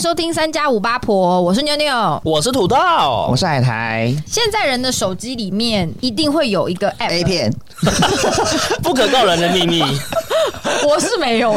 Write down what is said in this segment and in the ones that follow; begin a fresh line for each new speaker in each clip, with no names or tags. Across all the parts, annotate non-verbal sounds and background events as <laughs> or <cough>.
收听三加五八婆，我是妞妞。
我是土豆，
我是海苔
现在人的手机里面一定会有一个
哎
app，、
A 片，
不可告人的秘
<laughs>
密，
我是没
<laughs>
有，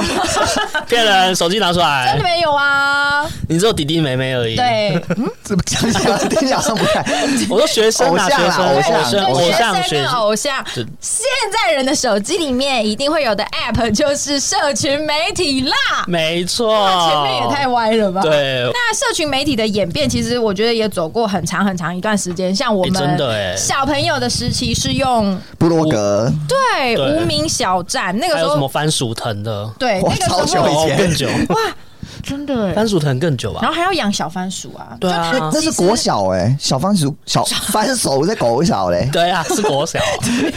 骗人！手机拿出
真
来
的，没有啊。
你只有弟弟妹妹而已。，
对，
怎么讲起来听起来好像不太
我说学生啊，
偶像
学
啦
生，
偶
对
像
学
对
生，偶
学生
像，学
跟
生。
偶像
是。
现在人的手机里面一定会有的 app 就是社群媒体啦。
没错，
前面也太歪了吧？。
哦对，
那社群媒体的演变，其实我觉得也走过很长很长一段时间。像我
诶哎真
们
的诶
小朋友的时期是用
布洛格，
对
对
无名小站，那个
还
时
有什么
候
番薯藤的？
对
哇
那个
超
时
久
候
以前
哦，更久，
真的欸，
番薯藤更久吧
然？后还要养小番薯啊，
对啊
就它
那是国小哎、小番薯小番薯在狗小嘞，
对啊，是
<laughs>
国小，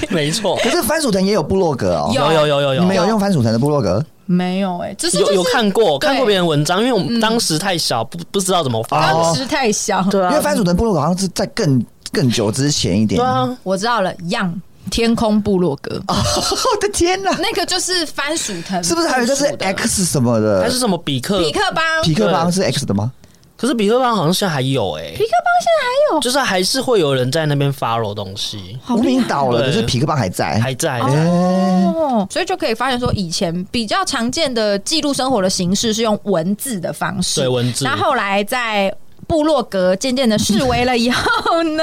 没错，
可是番薯藤也有布洛格哦、
有
有有有有
你们
有。
有用番薯藤的布洛格？
没有哎，只是就
有
是
有看过
对嗯
看过别人文章，因为我们当时太小，不不知道怎么发。
当时太小，
对
因为番薯藤部落格好像是在更更久之前一点。
对啊，
<laughs> 我知道了，养天空部落格，
<laughs> 我的天哪，
<laughs> 那个就是番薯藤，
哦是不是还有一个是
番薯的
X 什么
还
的
是？什么比克？
匹克邦？
皮
匹克
克邦是 X 的吗？
可是比克邦好像现在还有哎，
邦现在还有，
<laughs> 就是还是会有人在那边 follow 东西，
好
无
厉
名
害
岛了，
对
可是皮克邦还在。嗯
还在。
哎
哦，所以就可以发现说，以前比较常见的记录生活的形式是用文字的方式，
对文字
那后来在部落格渐渐的式微了以后呢，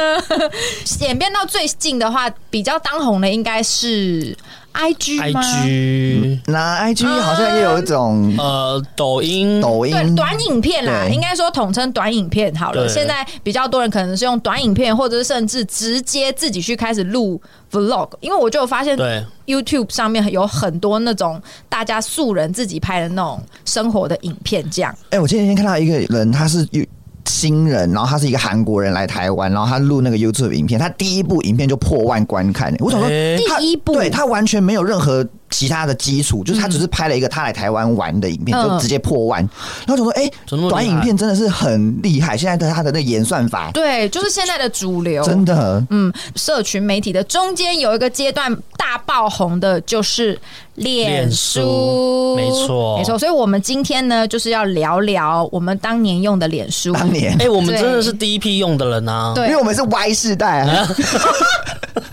<laughs> 演变到最近的话，比较当红的应该是 I G 吗
IG
那 IG 好像也有一种
呃抖音
抖音
对短影片啦，
对
应该说统称短影片好了。
对
现在比较多人可能是用短影片，或者是甚至直接自己去开始录 vlog，因为我就有发现
对
YouTube 上面有很多那种大家素人自己拍的那种生活的影片，这样
哎、我前几天看到一个人，他是有新人，然后他是一个韩国人来台湾，然后他录那个 YouTube 影片，他第一部影片就破万观看、我想说
哎
他，
第一部
对他完全没有任何其他的基础，就是他只是拍了一个他来台湾玩的影片，
嗯
就直接破万。然后我想说，哎、
怎么那么厉害
短影片真的是很厉害，现在的他的那个演算法
对，就是现在的主流。
真的。
嗯，社群媒体的中间有一个阶段大爆红的，就是脸书，
脸书没错
没错。所以，我们今天呢，就是要聊聊我们当年用的脸书。
当年，
哎，我们
对
真的是第一批用的人啊，
因为
对
我们是 Y 世代、啊，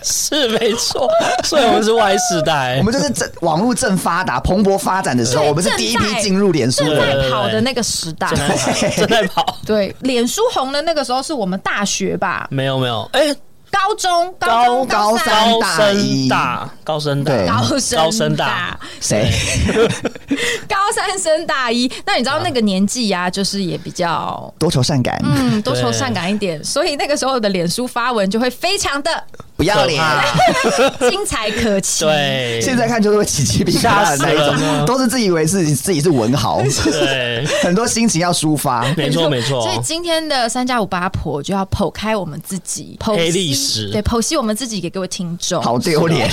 是没错，所以我们是 Y 世代
<laughs> 我。们就是正网络正发达、蓬勃发展的时候，
对
我们是第一
正在
批进入脸书
正
的人。
在跑的那个时代，
正在跑，
<laughs>
正在跑，
对，脸书红的那个时候是我们大学吧，
没有没有，哎，
高中、高中、
高
高
高
三
高
大
升
一
大，高升大，
对
高升
高升
大
大，
谁？
高三升大一，那你知道
啊
那个年纪呀、就是也比较
多愁善感，
嗯多愁善感一点，所以那个时候的脸书发文就会非常的
不要脸
可。怕
精彩可期。
对，
<laughs> 现在看就是会起鸡皮疙瘩的那
吓
一
死人了
种，都是自以为是自己是文豪，
<laughs> 对，
很多心情要抒发。
没错没错
所，以今天的三加五八婆就要剖开我们自己，剖析
黑历史
对，剖析我们自己给各位听众。
好
<laughs>
丢脸！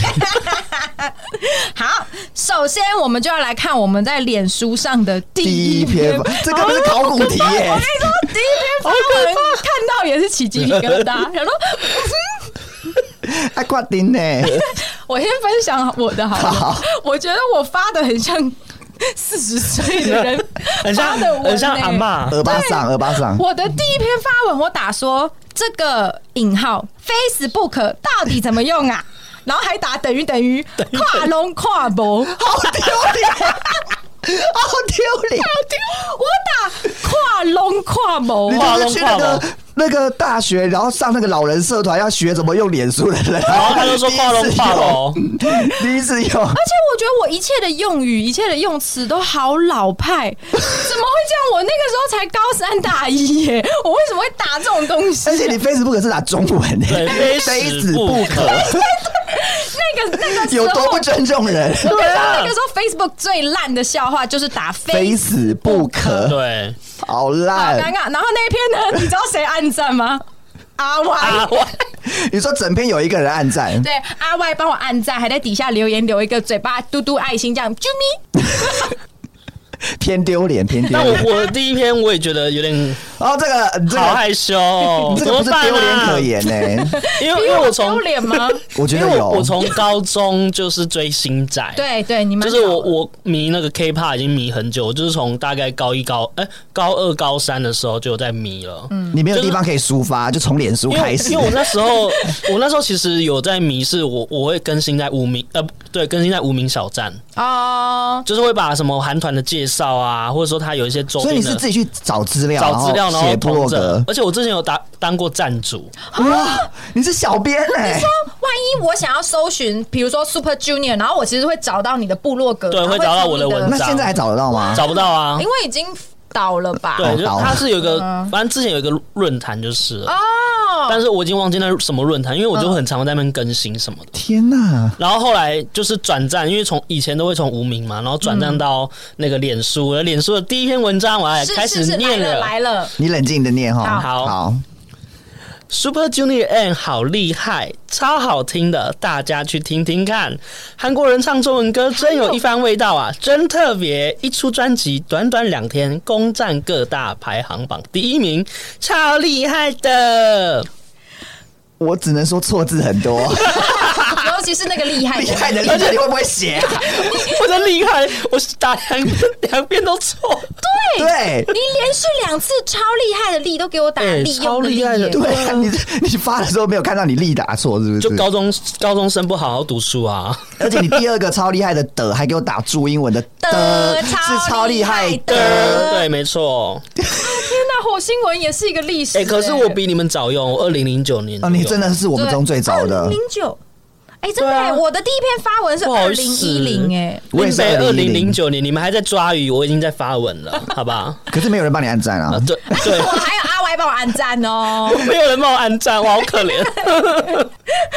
好，首先我们就要来看我们在脸书上的
第
第
一
一篇哦
篇
吧，，
这根本是考古题耶！
第一篇发文看到也是起鸡皮疙瘩，想说
爱挂丁呢？
我先分享我的好了，
好
我觉得我发的很像四十岁的人
很像
发的文、欸，
很像阿
<laughs>
嬷，
耳巴上，耳巴上，
我的第一篇发文，我打说这个引号 Facebook 到底怎么用啊？然后还打等于等于跨龙跨博，
好丢脸，好丢脸！
我打跨龙跨博
你，
哇
就是去那个那个大学，然后上那个老人社团，要学怎么用脸书的人，然
然后他就说跨龙跨楼，
第一次
而
用，
且我觉得我一切的用语、一切的用词都好老派，怎么会这样？我那个时候才高三大一耶，我为什么会打这种东西啊？
而且你 Facebook 是打中文
对
的，，
非
非
死
死
不
不
可，
那个那个时候
有多不尊重人？
对啊
那个时候 Facebook 最烂的笑话就是打
非
face。
死不可，
对，
好
好
烂
尴！尬，然后那一篇呢？你知道谁暗赞吗？阿 Y，
啊，我
<laughs> 你说整篇有一个人暗赞，
对，阿 Y 帮我暗赞，还在底下留言留一个嘴巴嘟嘟爱心，这样啾咪。
偏丢脸，偏丢
但我
脸。
我的第一篇我也觉得有点
然后这个呃这
好
个
害羞哦，
这
怎
个
么
不是丢脸
办啊
可，言呢、
<laughs> 因为因为我从
丢脸吗？
我觉
因
得
为
有，
我我从高中就是追星仔，
对对，你们
就是我我迷那个 K-pop 已经迷很久，我就是从大概高一高哎、高二高三的时候就有在迷了，
你没有地方可以抒发，就从脸书
因为
开始
因为。我那时候我那时候其实有在迷，是我我会更新在无名呃不对更新在无名小站，
哦，
就是会把什么韩团的介绍啊，或者说他有一些周
所以你
边
是
的
自己去找资料，
找资料，然后
然后写部
统
落
整
格。。
而且我之前有打当过站主，
哇，你是小编
万
哎、
一我想要搜寻，比如说 Super Junior，然后我其实会找到你的部落格，
对
然后
会找到
从
我的
你
文
那现在还找得到吗？
找不到啊
因。为已经倒了吧？
对，就是
倒了
他是有一个，反正之前有一个论坛就是了，
嗯哦，
但是我已经忘记那什么论坛，因为我就很常在那边更新什么的。
天哪！
然后后来就是转战，因为从以前都会从无名嘛，然后转战到那个脸书，我的脸书的第一篇文章我还
嗯是
哎开
是
始
是
念
来了来了，
你冷静的念哈，
好，Super Junior N 好厉害，超好听的，大家去听听看。韩国人唱中文歌真有一番味道啊，真特别！一出专辑，短短两天攻占各大排行榜第一名，超厉害的。
我只能说错字很多， <laughs>
尤其是那个厉害
厉
的，
害的厉害，你会不会写、啊？
我的厉害，我是打两遍，两遍都错。
对
你连续两次超厉害的力都给我打
哎
利用力
超厉害的
耶
对
对啊，你你发的时候没有看到你力打错是不是？
就高中高中生不好好读书啊，
<laughs> 而且你第二个超厉害的的，还给我打注英文的
的
的，是超厉害
超厉害
的。
呃
对，没错。
天哪，火星文也是一个历史
哎、
耶。
可是我比你们早用，二零零九年。
哦，你真的是我们中最早的
零。九，哎，真的
对
耶，
啊
我的第一篇发文是
不
二
好意
零
思
一零，哎，
我也是
二零零
2010
九年，你们还在抓鱼，我已经在发文了，好吧？
<laughs> 可是没有人帮你按赞啊
啊，。对对
我，还有阿歪帮我按赞哦。
没有人 <laughs> 帮我按赞，我好可
<laughs>
怜。哎
哎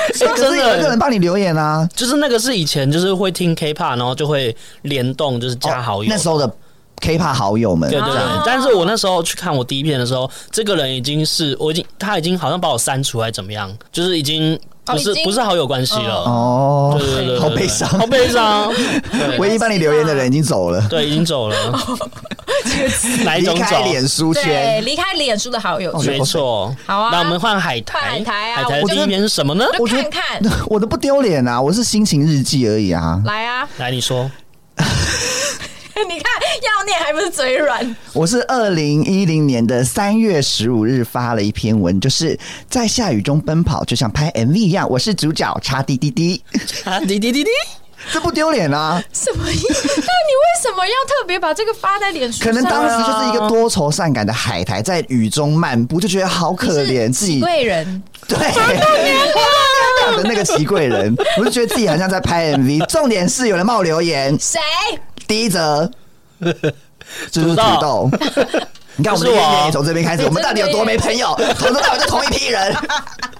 可是
真
有一个人
的，
帮你留言啊，
就是那个是以前就是会听 K-pop，然后就会联动，就是加好友。
哦那时候啊的 K-pop 好友们
对，对
哦
对，但是我那时候去看我第一篇的时候，这个人已经是我已经他已经好像把我删除还是怎么样，就是已经不是、
哦已经
不是好友关系了。
哦
对，对对对对
好悲伤
好悲伤。
<laughs> 唯一帮你留言的人已经走了，
对，已经走
<laughs>
了。哪一
离
种
开
走？
脸书
对，
圈。
离开脸书的好友
哦
圈，
没错。
好啊
那我们换海
换
苔，
海苔啊
海
我觉
苔第
得
一篇是什么呢？
<laughs> 就
我觉得
看看
<laughs> 我都不丢脸啊，我是心情日记而已啊。
来啊！ <laughs>
来，你说。
你看要念还不是嘴软？
我是二零一零年的三月十五日发了一篇文，就是在下雨中奔跑，就像拍 MV 一样，我是主角，叉滴滴滴，
啊，滴滴滴滴。
这不丢脸啊。
什么意思？ <laughs> 那你为什么要特别把这个发在脸书
可
上？啊
能当时就是一个多愁善感的海苔在雨中漫步，就觉得好可怜自己。
贵人，
对， <laughs> 我刚刚讲的那个奇贵人，我就觉得自己好像在拍 MV。重点是有人冒留言，
谁？
第一则就是土
土
豆。你看，我
不
们的
是我
渊源也从这边开始，我们到底有多没朋友？从头到尾就同一批人，而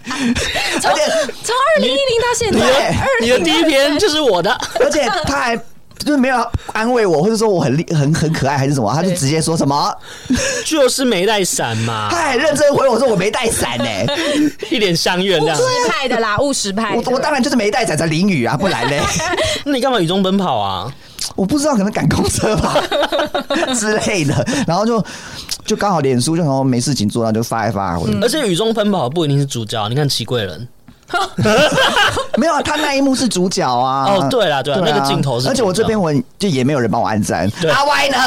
且
从二零一零到现
你
在，
的
二
你的第一篇就是我的，
而且他还就是没有安慰我，或者说我很厉很很可爱还是什么，他就
对
直接说什么，
就是没带伞嘛
<laughs> 他，还认真回我说我没带伞欸呢、
一脸相怨这样。
务实派的啦，务实
哎
派的。
我我当然就是没带伞才淋雨啊，不
<laughs>
然嘞，
那你干嘛雨中奔跑啊？
我不知道可能赶公车吧之类的，然后就就刚好脸书就然后没事情做，然后就发一发，我就
而且雨中奔跑不一定是主角，你看齐贵人。
没有啊，他那一幕是主角啊。
哦对啦对啦那个镜头是主角
而且我这篇文就也没有人帮我按赞，
对
阿
<laughs>
歪呢？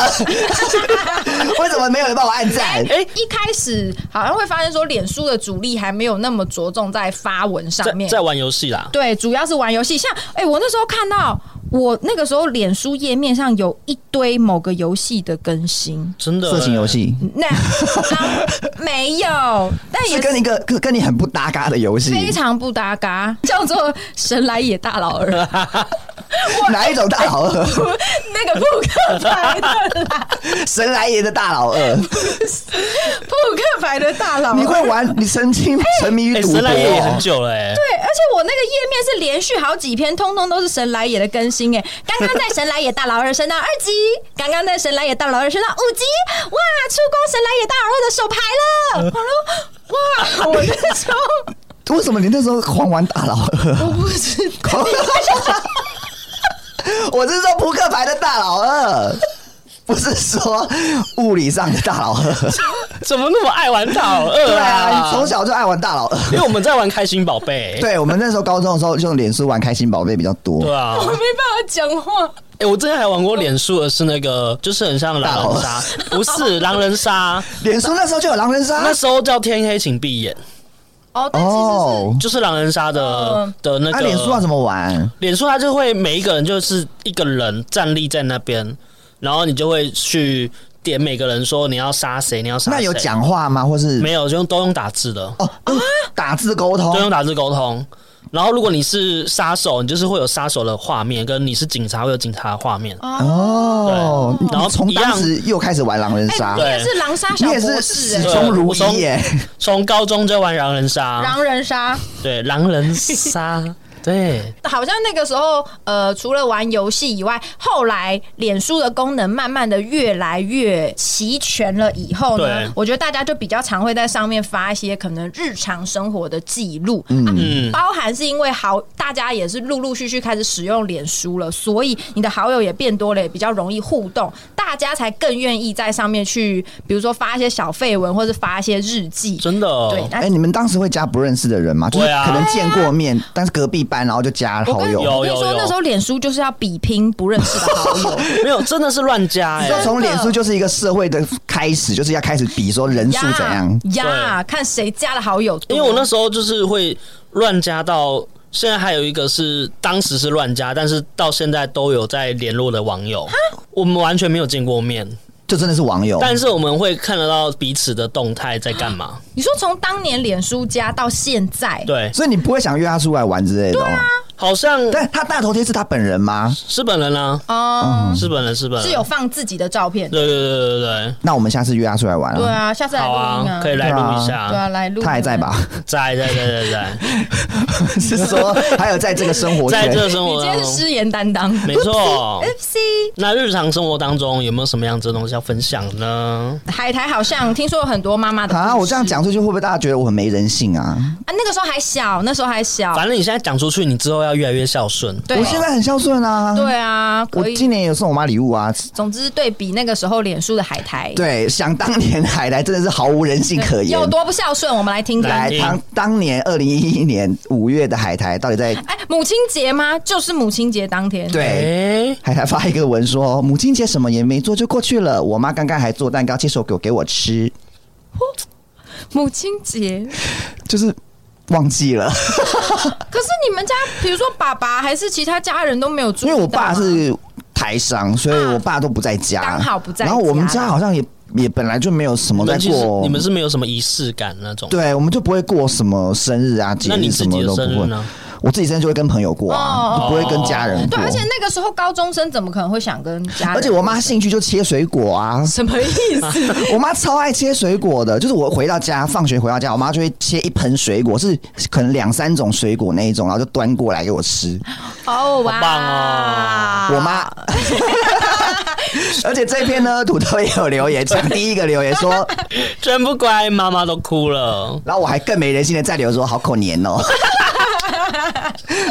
为什么没有人帮我按赞？
哎，一开始好像会发现说，脸书的主力还没有那么着重在发文上
在
面，
在玩游戏啦，
对，主要是玩游戏。像哎、我那时候看到我那个时候脸书页面上有一堆某个游戏的更新，
真的
色情游戏
那、啊、没 <laughs> 有，但也
是跟一个跟跟你很不搭嘎的游戏，
非常不搭嘎，叫做“神来也大老 <laughs> 二”，
哪一种大老
<laughs>
二？
那个扑克牌的啦，
神来爷的大老二，
扑克牌的大老二。
你会玩？你曾经沉迷于
哎，
赌
神
博
来也很久了哎。
对，而且我那个页面是连续好几篇，通通都是神来也的更新哎。刚刚在神来也大老二升到二级，刚刚在神来也大老二升到五级，哇，出光神来也大老二的手 <laughs> 牌了。我说哇，我那时候
为什么你那时候狂玩
<laughs>
大老二？
我不知道，
我是说扑克牌的大老二，呃不是说物理上的大老二。
怎么那么爱玩大老二
对啊，你从小就爱玩大老二。
因为我们在玩开心宝贝，
对我们那时候高中的时候，用脸书玩开心宝贝比较多。
对啊
我，没办法讲话。
哎、我之前还玩过脸书的是那个，就是很像
大
狼
老
人
二
杀，不是狼人杀，
脸书那时候就有狼人杀
那，时候叫天黑请闭眼，
哦，但其实
哦
就是狼人杀的、
嗯
的那
那
个
啊脸书要怎么玩？
脸书它就会每一个人就是一个人站立在那边，然后你就会去点每个人说你要杀谁，你要杀谁。
那有讲话吗？或是
没有？就用都用打字的，
哦，用打字沟通
都用打字沟通。然后如果你是杀手，你就是会有杀手的画面；跟你是警察，会有警察的画面。
是哦，
哦。
对然后
你从
一样
当时又开始玩狼人
哎，
杀
你，也是狼杀
你
小
也
博
是
士
始
哎，
终如
对我
一耶。
从高中就玩狼人
啊
杀，
狼人杀。
对狼人杀，对
好像那个时候，呃，除了玩游戏以外，后来脸书的功能慢慢的越来越齐全了以后呢
对，
我觉得大家就比较常会在上面发一些可能日常生活的记录，
嗯
嗯，包含是因为好，大家也是陆陆续续开始使用脸书了，所以你的好友也变多了，也比较容易互动，大家才更愿意在上面去，比如说发一些小绯闻，或是发一些日记，
真的哦。
对，那
哎，你们当时会加不认识的人吗？就是
会啊
可能见过面，但是隔壁班，然后就加
我
好
跟你
友。
有
我跟你说，
有
那时候脸书就是要比拼不认识的好友。
<laughs>
没有，真的是乱加哎、
就从脸书就是一个社会的开始，就是要开始比说人数怎样。
呀呀，看谁加的好友多。
因为我那时候就是会乱加到。现在还有一个是当时是乱加，但是到现在都有在联络的网友，我们完全没有见过面，
就真的是网友。
但是我们会看得到彼此的动态在干嘛。
你说从当年脸书加到现在，
对，
所以你不会想约他出来玩之类的、哦。
啊
好像
但他大头贴是他本人吗？
是本人啊，
哦，
是本人，是
嗯
本人，
是有放自己的照片。
对对对对对
那我们下次约他出来玩
对
啊。
啊，下次
对，
来录
好
音啊，，
啊可以来录一
对啊，
下，
来录。？
他还在吧？<laughs>
在在在在
<laughs>
在，
是说还有在这个生活
在
圈
这，个生
你
活
今
当
天是
中，
失言担当。
没
<laughs>
错。
Oopsie
那日常生活当中有没有什么样子的东西要分享呢？
海苔好像听说有很多妈妈的故事
啊，我这样讲出去会不会大家觉得我很没人性啊？
啊，那个时候还小，那时候还小，
反正你现在讲出去，你之后要越来越孝顺。
对
我现在很孝顺啊。
对啊，
我
可以
今。年有送我妈礼物啊。
总之，对比那个时候脸书的海苔，
对，想当年海来真的是毫无人性可言
有。多不孝顺，我们来听听。
来
来，当当年二零一一年五月的海苔到底在
哎，母亲节吗？就是母亲节当天。
对
哎，
海苔发一个文说，母亲节什么也没做就过去了，我妈刚刚还做蛋糕切手给我给我吃，
母亲节，
就是忘记了，
可是你们家，比如说爸爸还是其他家人都没有注
因
意
为
到吗，
我爸是台商，所以
啊
我爸都不在家，
刚好不在
然后我们
家
家好像也也本来就没有什
你
么在
们其实
过，
你们是没有什么仪式感那种。
对，我们就不会过什么生日啊、节
那你
日什
自己
么
的
都不
生日
会。
呢？
我自己生日就会跟朋友过啊，
哦
就不会跟家人过。
对，而且那个时候高中生怎么可能会想跟家人？
而且我妈兴趣就切水果啊，
什么意思？
<laughs> 我妈超爱切水果的，就是我回到家，放学回到家，我妈就会切一盆水果，是可能两三种水果那一种，然后就端过来给我吃。
哦哇，
好棒哦 <laughs>
我妈，而且这篇呢，土豆也有留言，讲第一个留言说，
真不乖，妈妈都哭了。
然后我还更没人性的再留言说，好可怜哦， <laughs>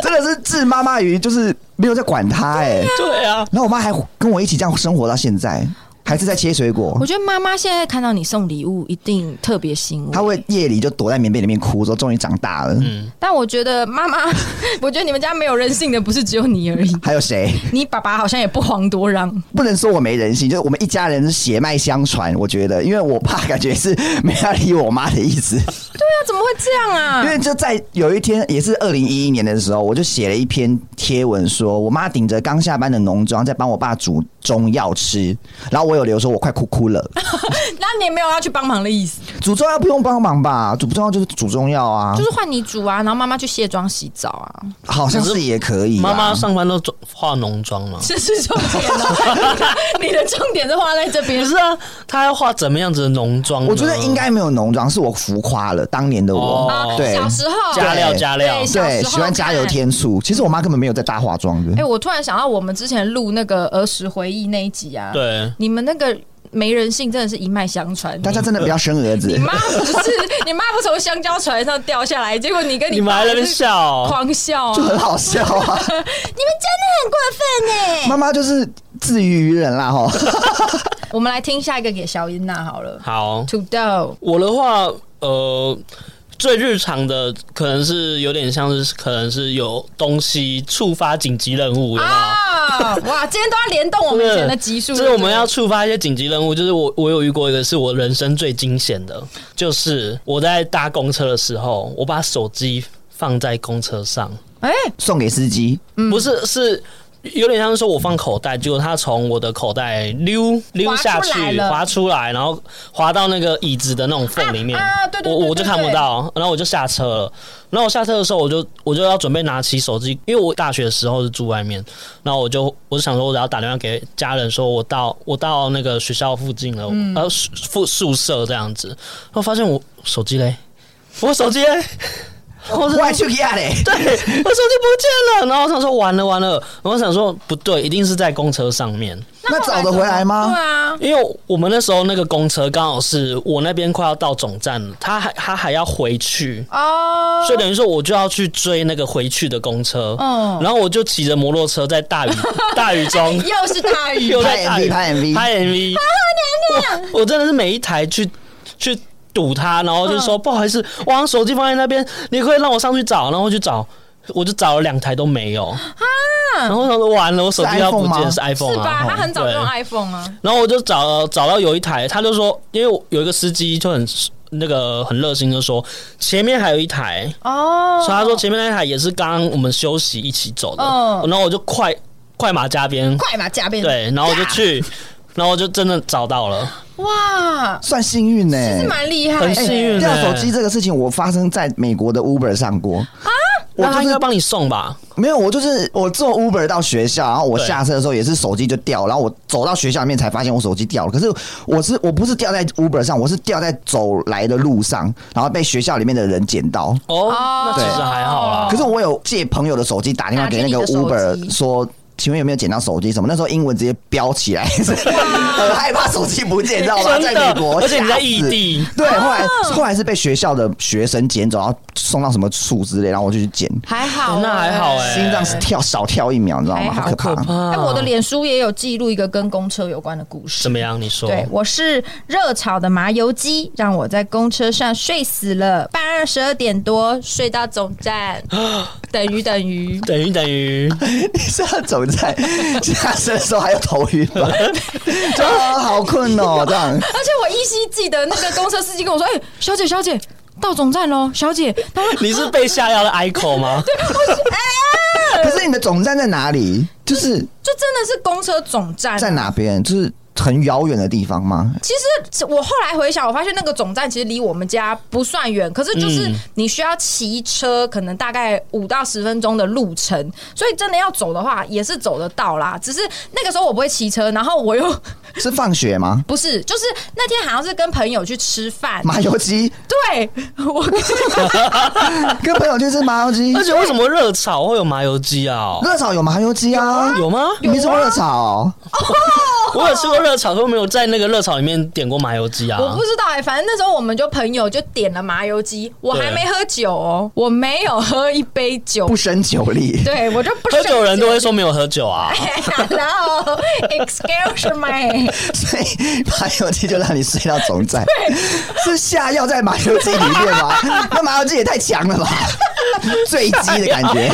真的是置妈妈于就是没有在管她哎、
对啊，
然后我妈还跟我一起这样生活到现在，还是在切水果
我。觉得妈妈现在看到你送礼物一定特别欣慰。
她会夜里就躲在棉被里面哭，说终于长大了。
但我觉得妈妈， <laughs> 我觉得你们家没有人性的不是只有你而已，
还有谁？
你爸爸好像也不遑多让。啊
不能说我没人性，就是我们一家人是血脉相传。我觉得，因为我爸感觉是没要理我妈的意
<laughs>
思，
对啊，怎么会这样
因
啊？
为就在有一天，也是二零一一年的时候，我就写了一篇贴文说，我妈顶着刚下班的浓妆在帮我爸煮中药吃，然后我有留说我快哭哭了。
那你也没有要去帮忙的意思，
煮中药不用帮忙吧？煮中药就是煮中药啊
就，是换你煮啊，然后妈妈去卸妆洗澡啊，
好像是也可以啊。
妈妈上班都妆化浓妆嘛。
这是重点哦。
<laughs>
你的重点是花在这边
不，是啊，她要化怎么样子的浓妆呢？
我觉得应该没有浓妆，是我浮夸了当年的我。
哦
啊
对
小时候
加料加料
对，小时
对，
候
喜欢加油
看。
添醋。其实我妈根本没有在大化妆的。
哎、我突然想到，我们之前录那个儿时回忆那一集啊，，
对。
你们那个没人性真的是一脉相传。
大家真的不要生儿子
你。妈不是你妈不从香蕉船上掉下来，结果你跟
你们
妈
还在那边
是
笑，哦
狂笑、
就
啊，
很好笑啊！
你们真的很过分呢、
<laughs> 妈妈就是自娱于人啦，哈。
我们来听下一个给小英娜好了，
好，
土豆
我的话，呃，最日常的可能是有点像是，可能是有东西触发紧急任务，有没有？
啊，哇，今天都要联动我们以前的集
<laughs>
数，
就是我们要触发一些紧急任务。就是我，我有遇过一个是我人生最惊险的，就是我在搭公车的时候，我把手机放在公车上，
哎、
送给司机，
嗯
不是是。有点像是说我放口袋，结果它从我的口袋溜溜下去
滑出来，了
滑出来，然后滑到那个椅子的那种缝里面，
啊啊对对对
我我
对
就
对
看不到，然后我就下车了。然后我下车的时候，我就我就要准备拿起手机，因为我大学的时候是住外面，然后我就我就想说，我只要打电话给家人说我到我到那个学校附近了，
嗯
呃宿宿宿舍这样子，然后发现我手机嘞，我手机嘞。
我还去给他嘞。
对，我手机不见了。然后 <laughs> 我想说完了完了，然后想说不对，一定是在公车上面，
那找得回来吗
对？啊，
因为我们那时候那个公车刚好是我那边快要到总站了，他还他还要回去。
哦，
所以等于说，我就要去追那个回去的公车，
嗯
然后我就骑着摩托车在大雨大雨中，
又是大鱼，
<laughs> 又在大雨
拍 MV 拍 MV
拍 MV，我我真的是每一台去去堵他，然后就
嗯
说、不好意思，我好像手机放在那边，你可以让我上去找，然后去找，我就找了两台都没
啊
有然后我想说完了，我手机要不见
是
是 iPhone
是
啊
吧？，他很早就用
对
iPhone 啊，
然后我就找了找到有一台，他就说，因为我有一个司机就很那个很热心，就说前面还有一台，
哦，
所以他说前面那一台也是刚刚我们休息一起走的，
嗯
然后我就快快马加鞭，
快嘛，加倍
对，然后我就去，然后我就真的找到了。
哇，
算幸运呢、
是蛮厉害的，
很幸运
掉手机这个事情，我发生在美国的 Uber 上过啊。我
那他
就
应
是
该帮你送吧？
没有，我就是我坐 Uber 到学校，然后我
对
下车的时候也是手机就掉，然后我走到学校里面才发现我手机掉了。可是我是我不是掉在 Uber 上，我是掉在走来的路上，然后被学校里面的人捡到。
哦，
哦
那其实还好啦。
可是我有借朋友的手机打电话给那个
打去你的手
Uber
机
说。请问有没有捡到手机？什么？那时候英文直接飙起来，
<laughs>
很害怕手机不见，你知道吗？在
真
美
的
国，，
而且你在异
吓死
地，哦
对，后来后来是被学校的学生捡走，然后送到什么处之类，然后我就去捡，
还好、
哦那还好哎
心脏是跳少跳一秒，你知道吗？
还好
好可怕。
哎、
啊
我的脸书也有记录一个跟公车有关的故事。
怎么样？你说
对，我是热炒的麻油鸡，让我在公车上睡死了，半夜十二点多睡到总
<gasps>
站，等于等于。
等于等于， <laughs>
你 <laughs> 是要走在下车的时候还要头晕
<laughs>
吗？就啊好困哦，这样。
而且我依稀记得那个公车司机跟我说：“哎、小姐，小姐，到总站喽，小姐。”他说
你是被下药的 ICO 吗？
可是你的总站在哪里？就是：“
就真的是公车总站。”啊
在哪边？就是很遥远的地方吗？
其实我后来回想，我发现那个总站其实离我们家不算远，可是就是
嗯
你需要骑车，可能大概五到十分钟的路程，所以真的要走的话也是走得到啦。只是那个时候我不会骑车，然后我又？
是放学吗
不是， <laughs> 就是那天好像是跟朋友去吃饭，
<laughs> 麻油鸡，
对我跟
<laughs>
跟朋友去吃麻油鸡。
而且为什么热炒会有麻油鸡啊？
热炒有麻油鸡啊？
有吗？
你没吃过热炒哦？
我有吃过热炒，可我没有在那个热炒里面点过麻油鸡啊。
我不知道哎、反正那时候我们就朋友就点了麻油鸡，我还
对
没喝酒哦，我没有喝一杯酒
不，胜酒力。 <laughs>
对我就不
喝
胜
酒的人都会说没有喝酒啊。
<laughs> Hello，excuse me，
所以麻油鸡就让你睡到总站，是下药在麻油鸡里面吗？那麻油鸡也太强了吧，醉鸡的感觉，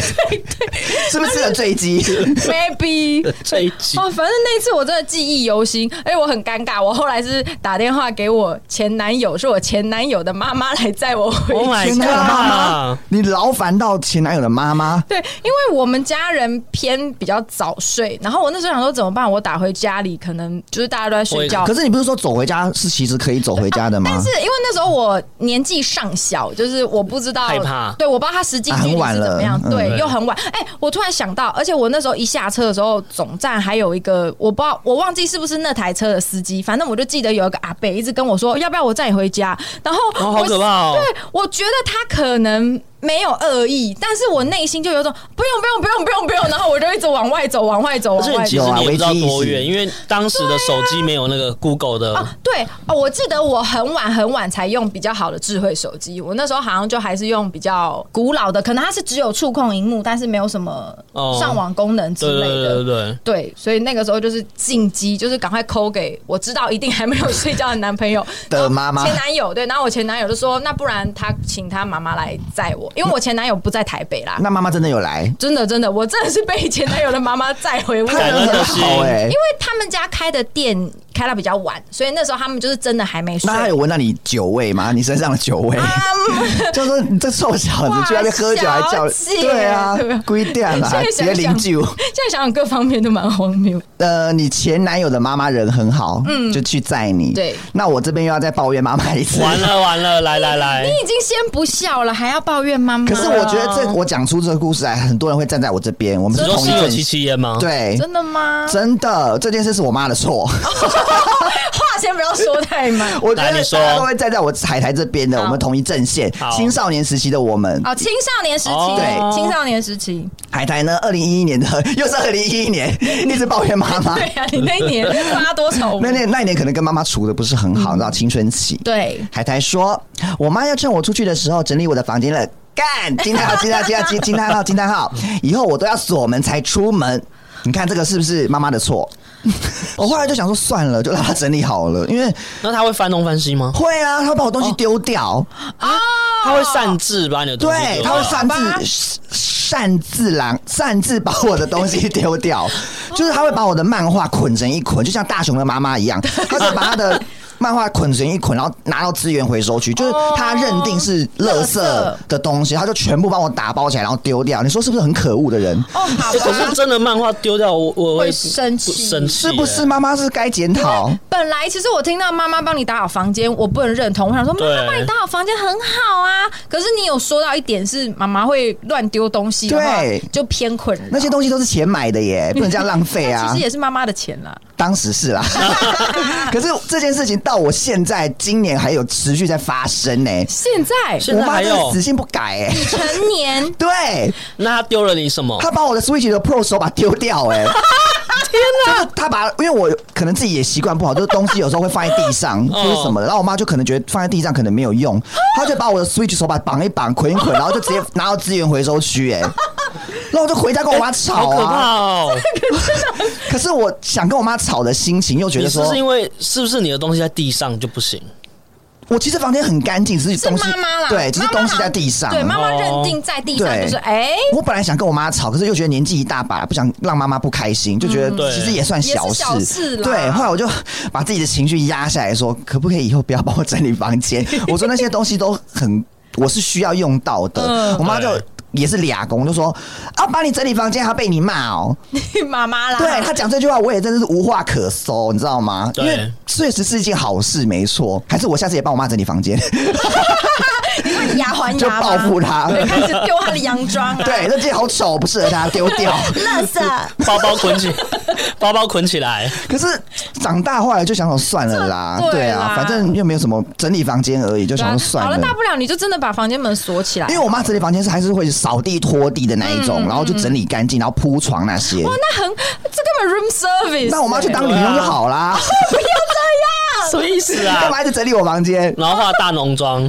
是不是吃了醉鸡？
<laughs>
maybe。
这一集
哦，反正那一次我真的记忆犹新，哎，我很尴尬。我后来是打电话给我前男友，是我前男友的妈妈来载我回
<laughs> ，Oh
去。
my
前男友的妈
god！
妈，你劳烦到前男友的妈妈，
对，因为我们家人偏比较早睡，然后我那时候想说怎么办？我打回家里，可能就是大家都在睡觉
可。是你不是说走回家是其实可以走回家的吗？
但是因为那时候我年纪尚小，就是我不知道
害怕
对我不知道他实际
啊
距
很
离
晚
是怎么
了
样，
嗯
对，
对
又很晚。哎、我突然想到，而且我那时候一下车的时候，总站还有一个我不知道，我忘记是不是那台车的司机，反正我就记得有一个阿伯一直跟我说要不要我载你回家，然后
哦
我、
好可怕哦
对，我觉得他可能。没有恶意，但是我内心就有种不用不用不用不用不用，然后我就一直往外走，往外走，
而且
往外
其
走
实。你也不知道
有啊
多
危机意
远，
识
因为当时的手机没有那个 Google 的
哦，对哦，我记得我很晚很晚才用比较好的智慧手机，我那时候好像就还是用比较古老的，可能它是只有触控荧幕，但是没有什么
哦
上网功能之
对
类
对
的。
对对对。
对，所以那个时候就是进击，就是赶快抠给我知道一定还没有睡觉的男朋友
的妈妈
前男友。对，然后我前男友就说，那不然他请他妈妈来载我，因为我前男友不在台北啦。
那妈妈真的有来，
真的，真的，我真的是被前男友的妈妈载回我
她
感
人
恩
很
的心
好哎、
因为他们家开的店开到比较晚，所以那时候他们就是真的还没睡
那。她有闻到你酒味吗？你身上的酒味，
啊
<laughs> 就说你这臭小子
哇
去那边喝酒还叫，
小姐
对啊，规定
<laughs> 现
啦
在，
直
想
接
想
零酒。
现在想想各方面都蛮荒谬。
呃，你前男友的妈妈人很好，嗯，就去载你。
对
那我这边又要再抱怨妈妈一次。
<laughs> 完了完了，来来来，
<laughs>
你已经先不笑了，还要抱怨妈妈？
可是我觉得这我讲出这个故事来，很多人会站在我这边，我们
你
是
说
同一
心有
阵
戚
线。
戚焉吗？，
对，
真的吗？
真的这件事是我妈的错。
话先不要说太满
<laughs> 我觉
来哦
得
你说
大家都会站在我海苔这边的，
好
我们同一阵线
好。
青少年时期的我们，
哦。青少年时期，
哦
对
青少年时期，
海苔呢，二零一一年的 <laughs> 又是二零一一年，一直抱怨妈妈
对。呀、啊，你那一年发多少文？
<laughs> 那年那一年可能跟妈妈处的不是很好，你知道青春期。
对，
海苔说：“我妈要趁我出去的时候整理我的房间了。”干！惊叹号！惊叹！惊叹！惊惊叹号！惊叹号！以后我都要锁门才出门。你看这个是不是妈妈的错？我后来就想说算了，就让她整理好了，因为
那他会翻东翻西吗？
会啊，她把我东西丢掉，
他会擅自把你的东西
对，
丢
她会
掉
擅
吧
自擅自狼擅自把我的东 <laughs> 西丢掉，就是她会把我的漫画捆成一捆，就像大雄的妈妈一样，她就把她的。漫画捆成一捆，然后拿到资源回收区，就是她认定是哦垃圾
垃圾
的东西，她就全部帮我打包起来，然后丢掉。你说是不是很可恶的人？
哦，好
欸
<laughs>
可是
吧。
真的漫画丢掉，我我
会
不
生气
不生气
是不是？妈妈是该检讨？
本来其实我听到妈妈帮你打扫房间，我不能认同。我想说，妈
对
妈帮你打扫房间很好啊。可是你有说到一点是，妈妈会乱丢东西的话
对，
就偏困扰。
那些东西都是钱买的耶，不能这样浪费 <laughs> 啊！
其实也是妈妈的钱啦。
当时是啦， <laughs> 可是这件事情到我现在今年还有持续在发生呢、
现在
现在
我妈
还
真的
有
死性不改哎、
成年
对
那他丢了你什么？
她把我的 Switch 的 Pro 手把丢掉
<laughs>
哎、天哪！她把，因为我可能自己也习惯不好，就是东西有时候会放在地
<laughs>
上或者什么的，然后我妈就可能觉得放在地上可能没有用，她就把我的 Switch 手把绑一绑、捆一捆，然后就
<laughs>
直接拿到资源回收区哎、然后我就回家跟我妈
好
吵
可
啊！
怕哦！
可是我想跟我妈吵的心情，又觉
你
得
是
说
不是因为是不是你的东西在地上就不
<laughs>
行？
我其实房间很干净，只是
是
东西
妈妈啦，
对，只是
妈妈
东西在地上。
对，妈妈
哦
认定在地上
对
就是哎，
我本来想跟我妈吵，可是又觉得年纪一大把，不想让妈妈不开心，就觉得
对
其实也算
嗯
小
也是
事。
小事啦
对，后来我就把自己的情绪压下来说，可不可以以后不要帮我整理房
<laughs>
间？我说那些东西都很，我是需要用到的。
嗯
我妈就
对
也是俩公就说啊，帮你整理房间还被你骂哦。
妈妈啦，
对他讲这句话，我也真的是无话可说，你知道吗？因
对
为确实是一件好事，没错。还是我下次也帮我妈整理
<laughs>
房间。 <laughs>
他牙还
就
牙吗
报复他
对，开始丢他的洋装啊，
<laughs> 对，，那件好丑，不适合他，丢
<laughs>
掉。
垃圾。
包包捆起，包包捆起来，
可是长大后来就想说算了啦，
这
对
对啦
啊，反正又没有什么整理房间而已，就
对
想
啊
说算
好
了。
了，大不了你就真的把房间门锁起来
因。为我妈整理房间是还是会扫地拖地的那一
嗯
种，然后就整理干净，然后铺床那些。
那欸很，这根本 room service。
那我妈去当女佣就好啦，
什么意思
<laughs> 干
啊？
嘛一直整理我房间？
然后化大浓妆，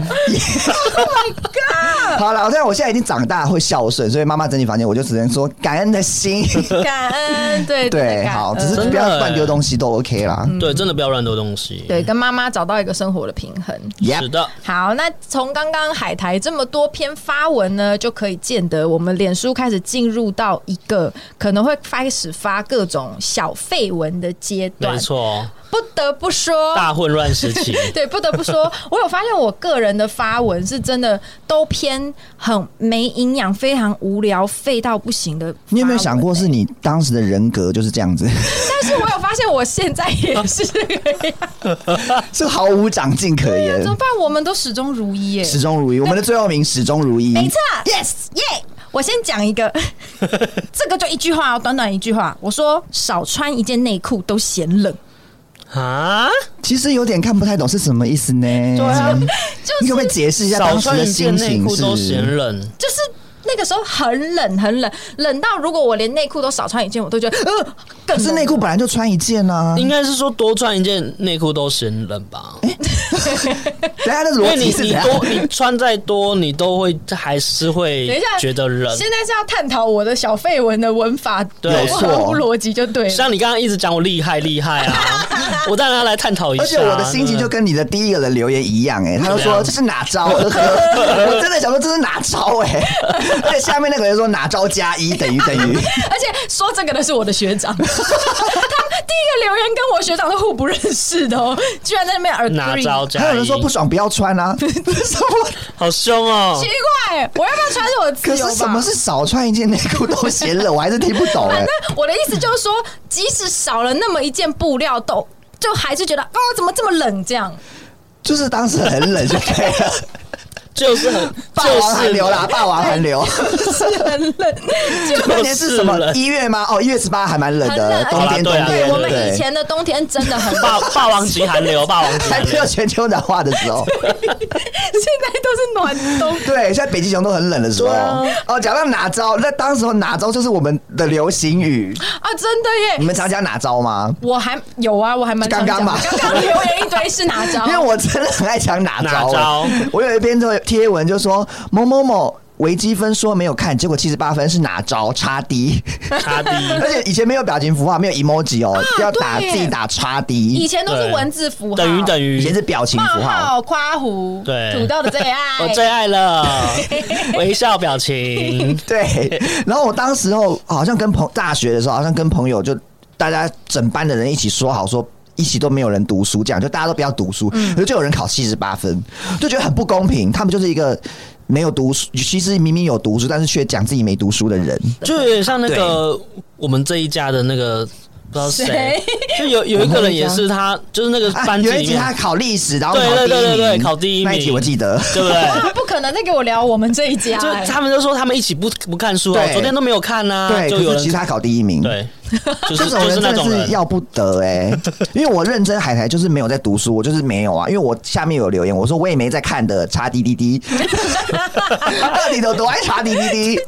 嗯
好了，但我现在已经长大会孝顺，所以妈妈整理房间，我就只能说感恩的心。
感恩， <laughs> 嗯对嗯
对，好，只是不要乱丢东西都 OK 啦。
对，真的不要乱丢东西。
对跟妈妈找到一个生活的平衡。
是
Yep，
的，
好，那从刚刚海苔这么多篇发文呢，就可以见得我们脸书开始进入到一个可能会开始发各种小绯闻的阶段
没。错，
不得不说，
大混乱时期。
<laughs> 对，不得不说， <laughs> 我有发现我个人的发文是真的都偏很没营养、非常无聊、废到不行的。
你有没有想过是？你当时的人格就是这样子， <laughs>
但是我有发现，我现在也是这个样。
是毫无长进可言
怎么。办？我们都始终如一耶。
始终如一，我们的最后名始终如一。
没错，yes 耶、我先讲
<laughs>
一个，这个就一句话哦，短短一句话。我说少穿一件内裤都嫌冷，
啊，
其实有点看不太懂是什么意思呢？
<laughs>
对
啊
你可不可以解释一下
少
当时
穿
的
一件
心
内
情
裤
是
都嫌冷。
就是那个时候很冷很冷，冷到如果我连内裤都少穿一件，我都觉得呃更
可是
冷
内裤本来就穿一件啊，
应该是说多穿一件内裤都嫌冷吧，因为
等一下的哎逻
你
辑是怎
你
样？
多你穿再多，你都会还是
等一
会
下
觉得冷。
现在是要探讨我的小绯闻的文法
对
不合乎逻辑就对了。
像你刚刚一直讲我厉害厉
<laughs>
害啊，我当然要来探讨一下。
而且我的心情就跟你的第一个人留言一样、哎，他就
对
说
啊
这是哪招？我就说 <laughs> 我真的想说这是哪招、哎，而且下面那个人说哪招加一等于等
<laughs>
于，
而且说这个的是我的学
<laughs>
长，他们第一个留言跟我学长是互不认识的哦，居然在那边耳
哪招？加一
还有人说不爽不要穿啊，什么？
好凶哦
奇！怪，我要不要穿是我的
可
自由
是
吧？
什么是少穿一件内裤都嫌冷？我还是听不懂哎、
我的意思就是说，即使少了那么一件布料都就还是觉得哦，怎么这么冷？这样
就是当时很冷就对了，
就是很
<laughs> 霸王
就是
寒流啦，霸王
<laughs>
寒流。
是很冷。
那年是什么
就是？了
一月吗？哦，一月十八还蛮冷
很
的
冷，
冬天冬
好啦对啊
对
天，
我们以
对，
前的冬天真的
<laughs>
很冷，
霸霸王级寒流，霸王级
还
寒
没
流
有。全球暖化的
<laughs>
时候。
现在都是暖冬。
对，现在北极熊都很冷的时候。
啊
哦，讲到哪招，那当时候哪招就是我们的流
<laughs>
行语。
啊，真的
你
耶！
们常讲哪招吗？
我还有啊，我还蛮常讲的
刚刚吧
刚刚留言一堆是哪招？
<laughs> 因为我真的很爱讲哪招、
哪招
我有一篇就贴文就说某某某。微积分说没有看，结果七十八分是哪招？叉
<laughs>
D，
差低，
而且以前没有表情符号，没有 emoji 哦，要打
啊对耶
自己打叉
以
D，
前都是文字符号，
等于等于
以前是表情
冒
符号。
号、夸胡，
对
土豆的最
<laughs> 我
爱，
最
<laughs>
爱了，微笑表情。
<laughs> 对，然后我当时候好像跟朋大学的时候，好像跟朋友就大家整班的人一起说好说。一起都没有人读书，这样就大家都不要读书，
嗯
可是就有人考七十八分，就觉得很不公平。他们就是一个没有读书，其实明明有读书，但是却讲自己没读书的人。
就有点像那个我们这一家的那个不知道谁，就有有一个人也是他，就是那个
啊，
班级
有一
里
集他
面，
考历史，然后
对
考第一
对对对对
名
考第一
那一集
名
我记得。
对不对？
不可能再给我聊我们这一家、
就
<laughs>
哎
他们就说他们一起不不看书啊，
对
昨天都没有看啊，
对，
就
可
有
是其实
人
他考第一名。
对，就
这
是
种
就
人
是那
真的
种
是
人，
要不得哎、
<laughs>
因为我认真海苔就是没有在读书，我就是没有啊，因为我下面有留言，我说我也没在看的，查滴
<laughs>
滴滴，到底有多爱查滴滴滴？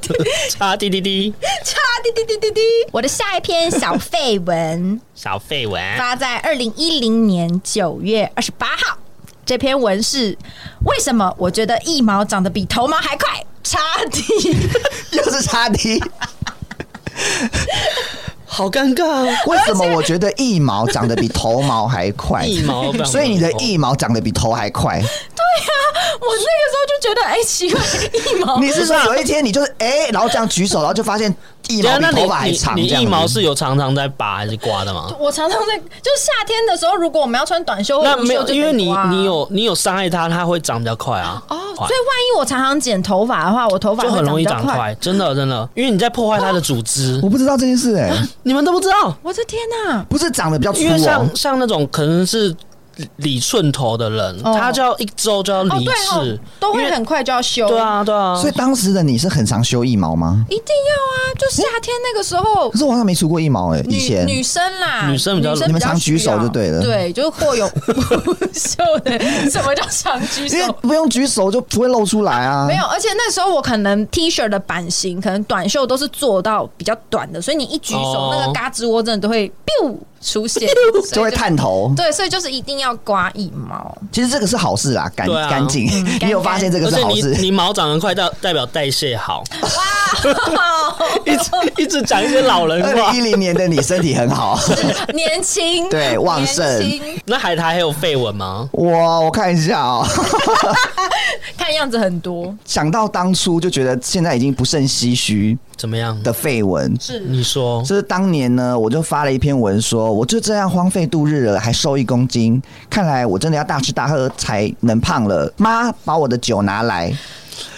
差滴滴滴
<laughs> 叉滴滴滴滴滴。我的下一篇小绯 <laughs> 闻
小绯闻，
发在二零一零年九月二十八号，这篇文是为什么我觉得腋毛长得比头毛还快？叉 <laughs> 滴，
又是查滴，
好尴尬哦，
为什么我觉得腋毛长得比头毛还快？
一毛，
所以你的腋毛长得比头还快，
我那个时候就觉得，哎、奇怪，腋
哦
毛
你是说有一天你就是哎、然后这样举手，然后就发现腋
啊对啊，
毛
那
比头发还
你
长，
你
这
你
样
腋
子
毛是有常常在拔还是刮的吗？
我常常在，就是夏天的时候，如果我们要穿短袖
那
或无袖，
没有，
就
因为
得
你
刮
你有你有伤害它，它会长比较快啊。
哦，所以
快
万一我常常剪头发的话，我头发
就
会
很容易
比
长
较快。哦
快，真的真的，因为你在破坏它的组织，
我不知道这件事哎、
你们都不知道，
我的天哪、
不是长得比较粗
啊因为
哦
像，嗯像那种可能是理寸头的人，
哦
他就要一周就要
哦，
离
对
世
哦，，都
因
会
为
很快就要修。
对，啊对啊，
所以当时的你是很常修腋毛吗？
一定要啊！就夏天那个时候
可，是我好像没除过腋毛哎、以
女
前
女生啦，
女生比较
女生
你们
比较
常举手
需要
就对了
对，就是或
<laughs>
有 <laughs> 无袖的。什么叫常举
因为
手？
不用举手就不会露出来啊。
没有，而且那时候我可能 T 恤的版型，可能短袖都是做到比较短的，所以你一举手，
哦
那个嘎吱窝真的都会 biu 出
<laughs>
现，
就
所以
会探头。
对，所以就是一定要刮腋
<laughs>
毛。
其实这个是好事啦，干
对啊
干净。
嗯
<laughs> 你有发现这个
而
是
且
好
你
事？
你毛长得快，代代表代谢好。一直一直讲一些老人
<laughs> 二
话
零一。零年的你身体很
<laughs>
好，啊
年轻，
对旺盛
年轻
那海苔还有绯闻吗？
哇！我看一下哦，
看样子很多，
想到当初就觉得现在已经不胜唏嘘
怎么样？
的绯闻。
是
你说
就是当年呢，我就发了一篇文说，我就这样荒废度日了，还瘦一公斤，看来我真的要大吃大喝才能胖了。妈，把我的酒拿来，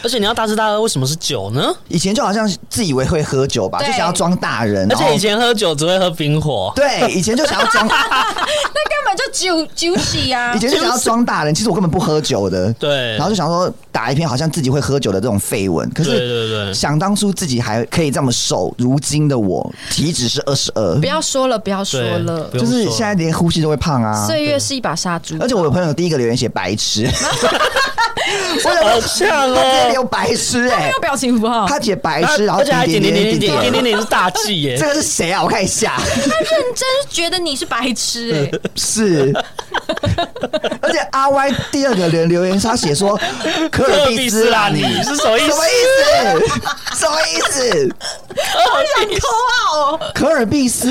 而且你要大吃大喝，为什么是酒呢？
以前就好像自以为会喝酒吧，就
对
想要装大人，
而
然后
且以前喝酒只会喝冰火，
<laughs> 对以前就想要
<laughs>
装，
那根本就酒酒喜啊
以！前就想要装大人，其实我根本不喝酒的。
对
然后就想说打一篇好像自己会喝酒的这种绯闻，可
对对
是
对
想当初自己还可以这么瘦，如今的我体脂是二十二
不，要说了，不要说
对
了
不，用
就是
说
现在连呼吸都会胖啊。
岁月是一把杀猪。
而且我有朋友第一个留言写白
<laughs>
痴，我有
好像
他直接
哦，
留白痴哎、
没有表情符号，
他写白
啊
痴，然后
而且还点
点
点点
点
点点点点是大忌耶
这。个是谁啊？我看一下，
认真觉得你是白痴
<laughs>
哎、
是。而且阿 Y 第二个人留言，他写说
科
科尔
尔
必
必
斯
斯
拉
拉
你
你
什
是什么意思？
么意思？什么意思？
口号哦，
可尔必斯，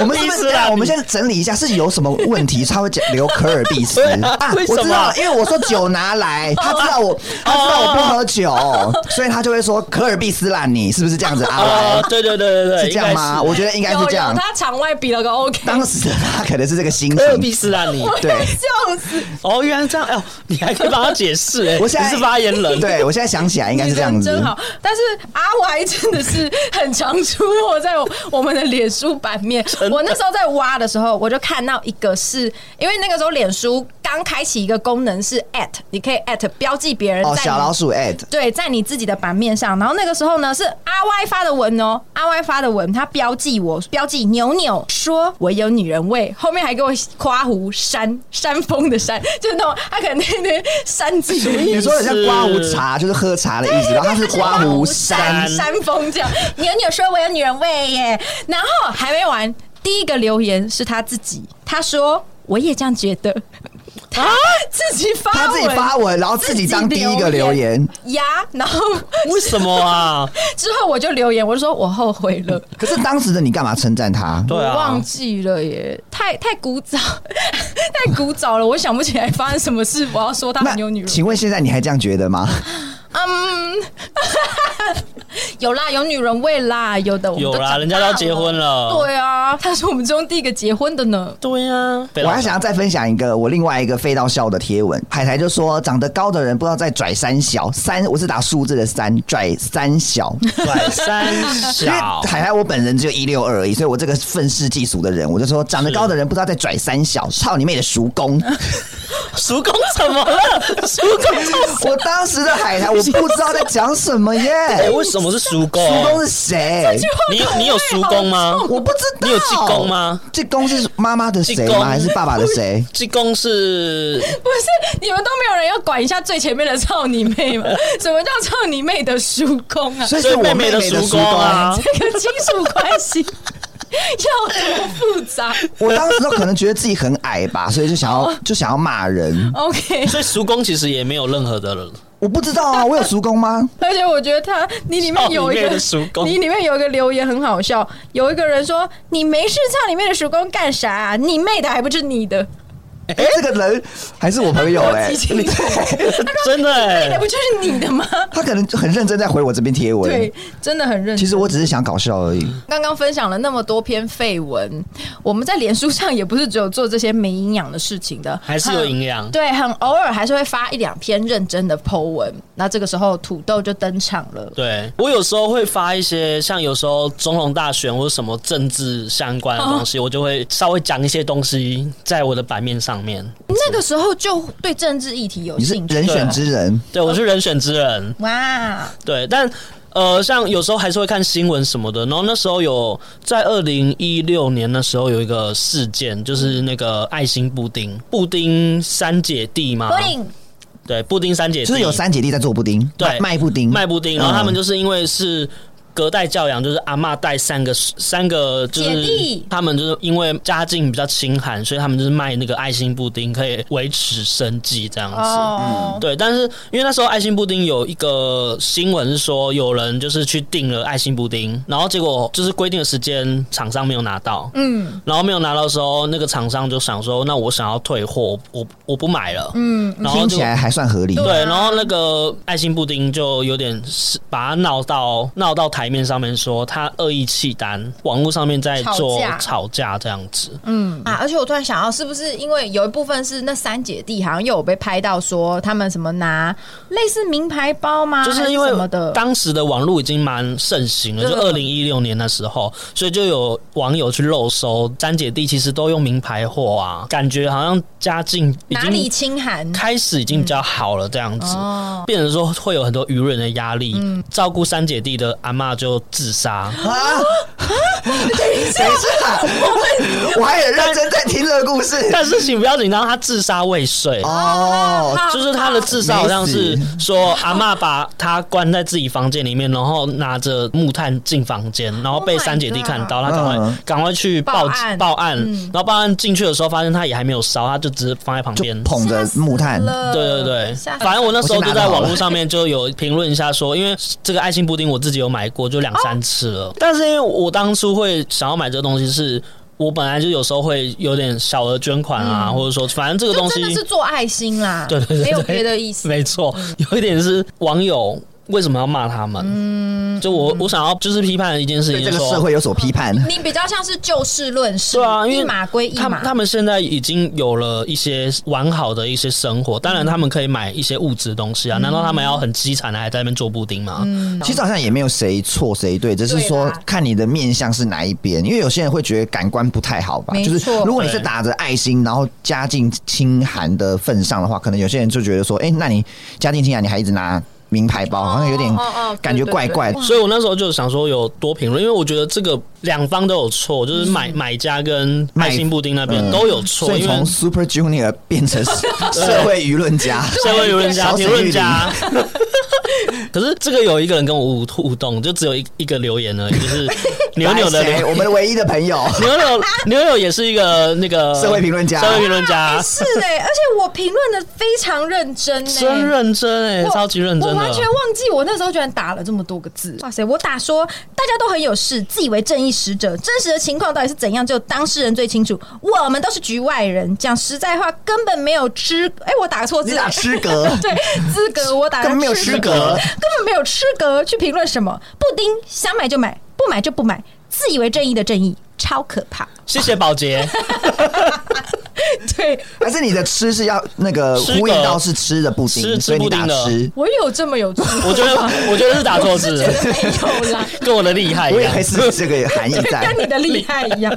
我们是不
必
是
斯
等一
啦
下？
你
我们先整理一下是有什么问题，他会讲留可尔必斯
对啊 <laughs> 为什
我
么
知道了，因为我说酒拿
<laughs>
来，他知道我，他知道我不喝酒，所以他就会说可尔必斯啦，你是不是这样子？阿
哦
歪，
对对对对对，
是这样吗？
应
我觉得应该是
有
这
有，
样。
他场外比了个 OK，
当时的他可能是这个 <laughs> 心
该是？科尔必
情，
斯拉你
对。
<laughs> 笑死！
<laughs> 哦，原来这样，哎呦，你还可以帮他解释哎，
我现
你
在
是发言人，
对我现在想起来应该
你
是这样
人
子。
真好，但是阿歪真的是很常出没在我我们的脸书版面。我那时候在挖的时候，我就看到一个是因为那个时候脸书刚开启一个功能是 at，你可以 at 标记别人在
哦，
你
小老鼠 at
对，在你自己的版面上。然后那个时候呢，是阿 Y 发的文哦，阿 Y 发的文，他标记我，标记牛牛说我有女人味，后面还给我夸胡山 <laughs> 山峰的山，就是那种他可能那天山自己的意
你
思
说很像刮胡茶，就是喝茶的意思，然后它是刮胡
<laughs>
山， <laughs>
山山峰这样。牛牛说我有女人味耶，然后还没完，第一个留言是他自己，他说我也这样觉得。他 <laughs> 自己发文，
啊他自己发文，然后自己当第一个留言。
呀，然后
为什么啊？
之后我就留言，我就说我后悔了，
可是当时的你干嘛称赞他？
<laughs> 对
我忘
啊，
记了耶，太太古早， <laughs> 太古早了，我想不起来发生什么事，我要说他
那
很有女人。
请问现在你还这样觉得吗？
嗯，有啦，有女人味啦，有的，我们
有
都长大了
啦，人家都要结婚。了，
对啊，他是我们中第一个结婚的呢。
对啊呀，
我还想要再分享一个我另外一个飞到笑的贴文，海苔就说长得高的人不知道在拽三小三，我是打数字的三，拽三小。
<laughs> 转三
因为 <laughs>
小，
海苔我本人只有一六二而已，所以我这个愤世嫉俗的人，我就说长得高的人不知道在拽三小，操你妹的叔公！
叔公怎么了？ <laughs> 叔公怎么了？
<laughs> 我当时的海苔，我不知道在讲什
<laughs>
么耶。
哎，为什么是叔公？
叔公是谁？
哎你有你
哎
有叔公吗？
我不知道。
你有济公吗？
济公是妈妈的谁
济
吗？
公
还是爸爸的
<laughs>
谁？
济公是
不是你们都没有人要管一下最前面的操你妹
<laughs>
吗？什么叫操你妹的叔公啊？
所以
所
是
以
我
妹
妹
的
叔
叔公啊。
这个亲属关系 <laughs> 要多复杂
我当时都可能觉得自己很矮吧，所以就想要就想要骂人。
？OK，
所以叔公其实也没有任何的人，
我不知道
<laughs>
啊，我有叔公吗？
而且我觉得他你里面有一
操你妹
个
的叔公
你里面有一个留言很好笑，有一个人说你没事操你妹的叔公干啥啊、你妹的还不是你的，
哎、这个人还是我朋友哎、
激情，
哦
<laughs>
真的
妹的
哎
不就是你的吗？
他可能就很认真在回我这边贴文
对。，真的很认
其
真。
实我只是想搞笑而已。
刚刚分享了那么多篇绯闻，我们在脸书上也不是只有做这些没营养的事情的，
还是有营养。
对，很偶尔还是会发一两篇认真的 Po 文。那这个时候土豆就登场了。
对我有时候会发一些，像有时候总统大选或者什么政治相关的东西，我就会稍微讲一些东西在我的版面上面。
那个时候就对政治议题有
你是
兴趣，
人选之人，
对我是人选之人，
哇，
对，但呃，像有时候还是会看新闻什么的。然后那时候有在二零一六年那时候有一个事件，就是那个爱心布丁，布丁三姐弟嘛，
布丁
对，布丁三姐弟
就是有三姐弟在做布丁，
对
卖卖布丁，
卖布丁，然后
嗯
他们就是因为是。隔代教养就是阿嬷带三个三个，就
姐
是
弟
他们就是因为家境比较清寒，所以他们就是卖那个爱心布丁可以维持生计这样子。
哦，
对，但是因为那时候爱心布丁有一个新闻是说，有人就是去订了爱心布丁，然后结果就是规定的时间，厂商没有拿到，
嗯
然后没有拿到的时候，那个厂商就想说，那我想要退货，我我不买了，
嗯，
然后
听
就
起来还
啊
算合理。
对，然后那个爱心布丁就有点是把他闹到闹到台台面上面说他恶意弃单，网络上面在做
吵架
吵架这样子。
嗯啊，而且我突然想到，是不是因为有一部分是那三姐弟好像又有被拍到说他们什么拿类似名牌包吗？
就是因
还
为
什么的，
当时的网络已经蛮盛行了，就
对
二零一六年的时候，所以就有网友去漏搜，詹姐弟其实都用名牌货啊，感觉好像家境已
哪里
经
清寒？
开始已经比较好了这样子，
哦，嗯
变成说会有很多舆论的压力，照顾三姐弟的阿嬷就自杀，
啊！等一下，我还很认真在听这个故事
但是请不要紧张，她自杀未遂。
哦。
就是她的自杀好像是说，阿嬷把她关在自己房间里面，然后拿着木炭进房间，然后
Oh
被
my
三姐弟
God
看到，她赶快
嗯
赶快去报
报案
报案
嗯，
然后报案进去的时候发现她也还没有烧，她就只是放在旁
就
边。
捧着木炭，
对
对对对，反
反
正
正
我那时候
我先
就
拿
在
到
网
了
络上面就有评论一下说，因为这个爱心布丁我自己有买过，就两三次
哦
了。但是因为我当初会想要买这个东西是。我本来就有时候会有点小额捐款啊，或者说反正这个
就
东
嗯
西
真的是做爱心啦，
对对对对
没有别的意思。
<laughs> 没错，有一点是网友为什么要骂他们？
嗯
就我我想要就是批判一件事
对
情
这
说，
个社会有所批判。
你比较像是就事论事，
对啊因为
一码归一
他
码
们。他们现在已经有了一些完好的一些生活，当然他们可以买一些物质的东西
嗯
啊，难道他们要很凄惨的还在那边做布丁吗？
其实好像也没有谁错谁对，只是说
对啦
看你的面相是哪一边，因为有些人会觉得感官不太好吧。
没
就
错
是如果你是打着爱心，然后家境清寒的份上的话，可能有些人就觉得说，哎、那你家境清寒，你还一直拿名牌包，好像有点
哦哦哦对
感觉怪怪的。
所以我那时候就想说有多评论，因为我觉得这个两方都有错，就是买
嗯
买家跟爱心布丁那边
嗯
都有
所
错，
以
因为
从 Super Junior 变
<laughs>
成社会舆论家，
社会舆论家、
小
评
沈
论
玉
家。 <laughs> 可是这个有一个人跟我互互动，就只有一一个留言而已，就是
<laughs>
牛牛的
来谁
留
我们的唯一的朋友。 <laughs>
牛牛牛牛也是一个那个
社会评论家
社会评论
<laughs>
家，
哎是的，而且我评论的非常认真欸呢，
真认真哎、
我
超级认真
我完
的
全。忘记我那时候居然打了这么多个字。哇塞，我打说大家都很有事，自以为正义使者，真实的情况到底是怎样，只有当事人最清楚。我们都是局外人，讲实在话，根本没有资。哎、我打错
你
字了
打。失格，
<laughs> 对，资格我打
根本没有
资
失格。
根本没有吃格去评论什么布丁，想买就买，不买就不买，自以为正义的正义超可怕。
谢谢宝洁，
<laughs> 对
但是你的吃是要那个
吃格
呼应到是吃的布
吃
丁，
吃
所以你打
布丁的
吃。
我有这么有趣
我觉得我觉得是打错字，
<laughs> 没有啦，
跟我的厉害一
我以
样。<laughs>
为是这个含义在
跟。你的厉害一样。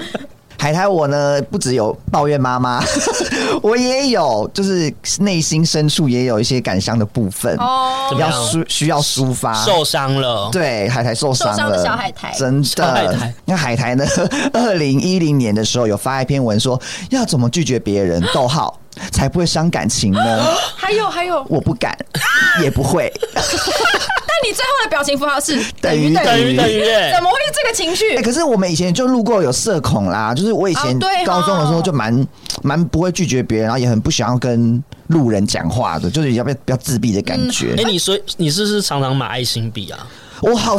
海苔我呢，不只有抱怨妈妈， <laughs> 我也有，就是内心深处也有一些感伤的部分，
哦
怎么
要
样
抒需要抒发。
受伤了，
<laughs>
对，海苔受伤了，
受伤的小海苔
真
小海苔
的。 <laughs> 那海苔呢？二零一零年的时候有发一篇文说，要怎么拒绝别人？逗号才不会伤感情
<gasps>
呢？
还有还有，
我不敢，也不
<laughs>
会。
但你最后的表情符号是
等于
等
等于等于哎
怎么会是这个情绪
哎、？可是我们以前就路过有社恐啦，就是我以前
哦对哦
高中的时候就蛮蛮不会拒绝别人，然后也很不想要跟路人讲话的，就是要不要比较自闭的感
嗯
觉。
哎、你说你是不是常常买爱心笔啊？
我好，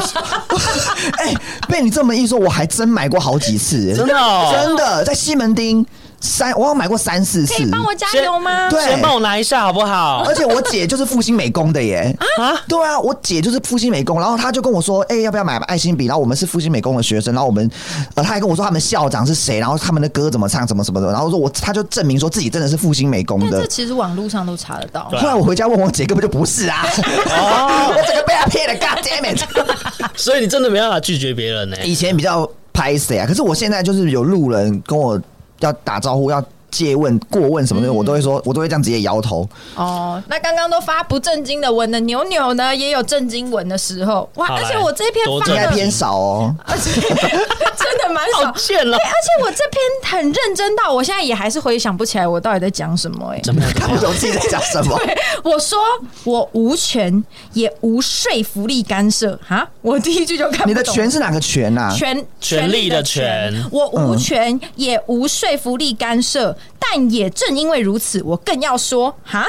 <laughs> 哎、被你这么一说，我还真买过好几次，
真的哦
真的在西门町三，我好像买过三四次
可以。哎帮我加油吗？
对啊
先帮我拿一下好不好？
呃
而且我姐就是复兴美工的耶，
啊，
对啊，我姐就是复兴美工，然后她就跟我说，哎、要不要买爱心笔？然后我们是复兴美工的学生，然后我们，呃，她还跟我说他们校长是谁，然后他们的歌怎么唱，怎么什么的，然后说我，她就证明说自己真的是复兴美工
但这
的。
其实网络上都查得到
对。
后来我回家问我姐，根本就不是啊，
哦
<laughs> 我整个被她骗了，God damn it！
<laughs> 所以你真的没办法拒绝别人呢、
哎
以前比较拍谁啊，可是我现在就是有路人跟我要打招呼要。借问、过问什么的，
嗯
我都会说，我都会这样直接
<laughs>
摇头。
哦，那刚刚都发不正经的文的牛牛呢，也有正经文的时候哇！
好来
而且我这篇
多
发
正
应
经
该
的，
偏少哦。
<laughs> 而且 <laughs> 真的蛮
好
少。
贱了
对，，而且我这篇很认真到，我现在也还是回想不起来我到底在讲什么、欸。
怎
<laughs>
么样？
看不懂自己在讲什么。
我说我无权，也无说服力干涉哈，我第一句就看不懂
你的权是哪个权啊？
权
权力的权嗯
权，我无权，也无说服力干涉，但也正因为如此，我更要说哈。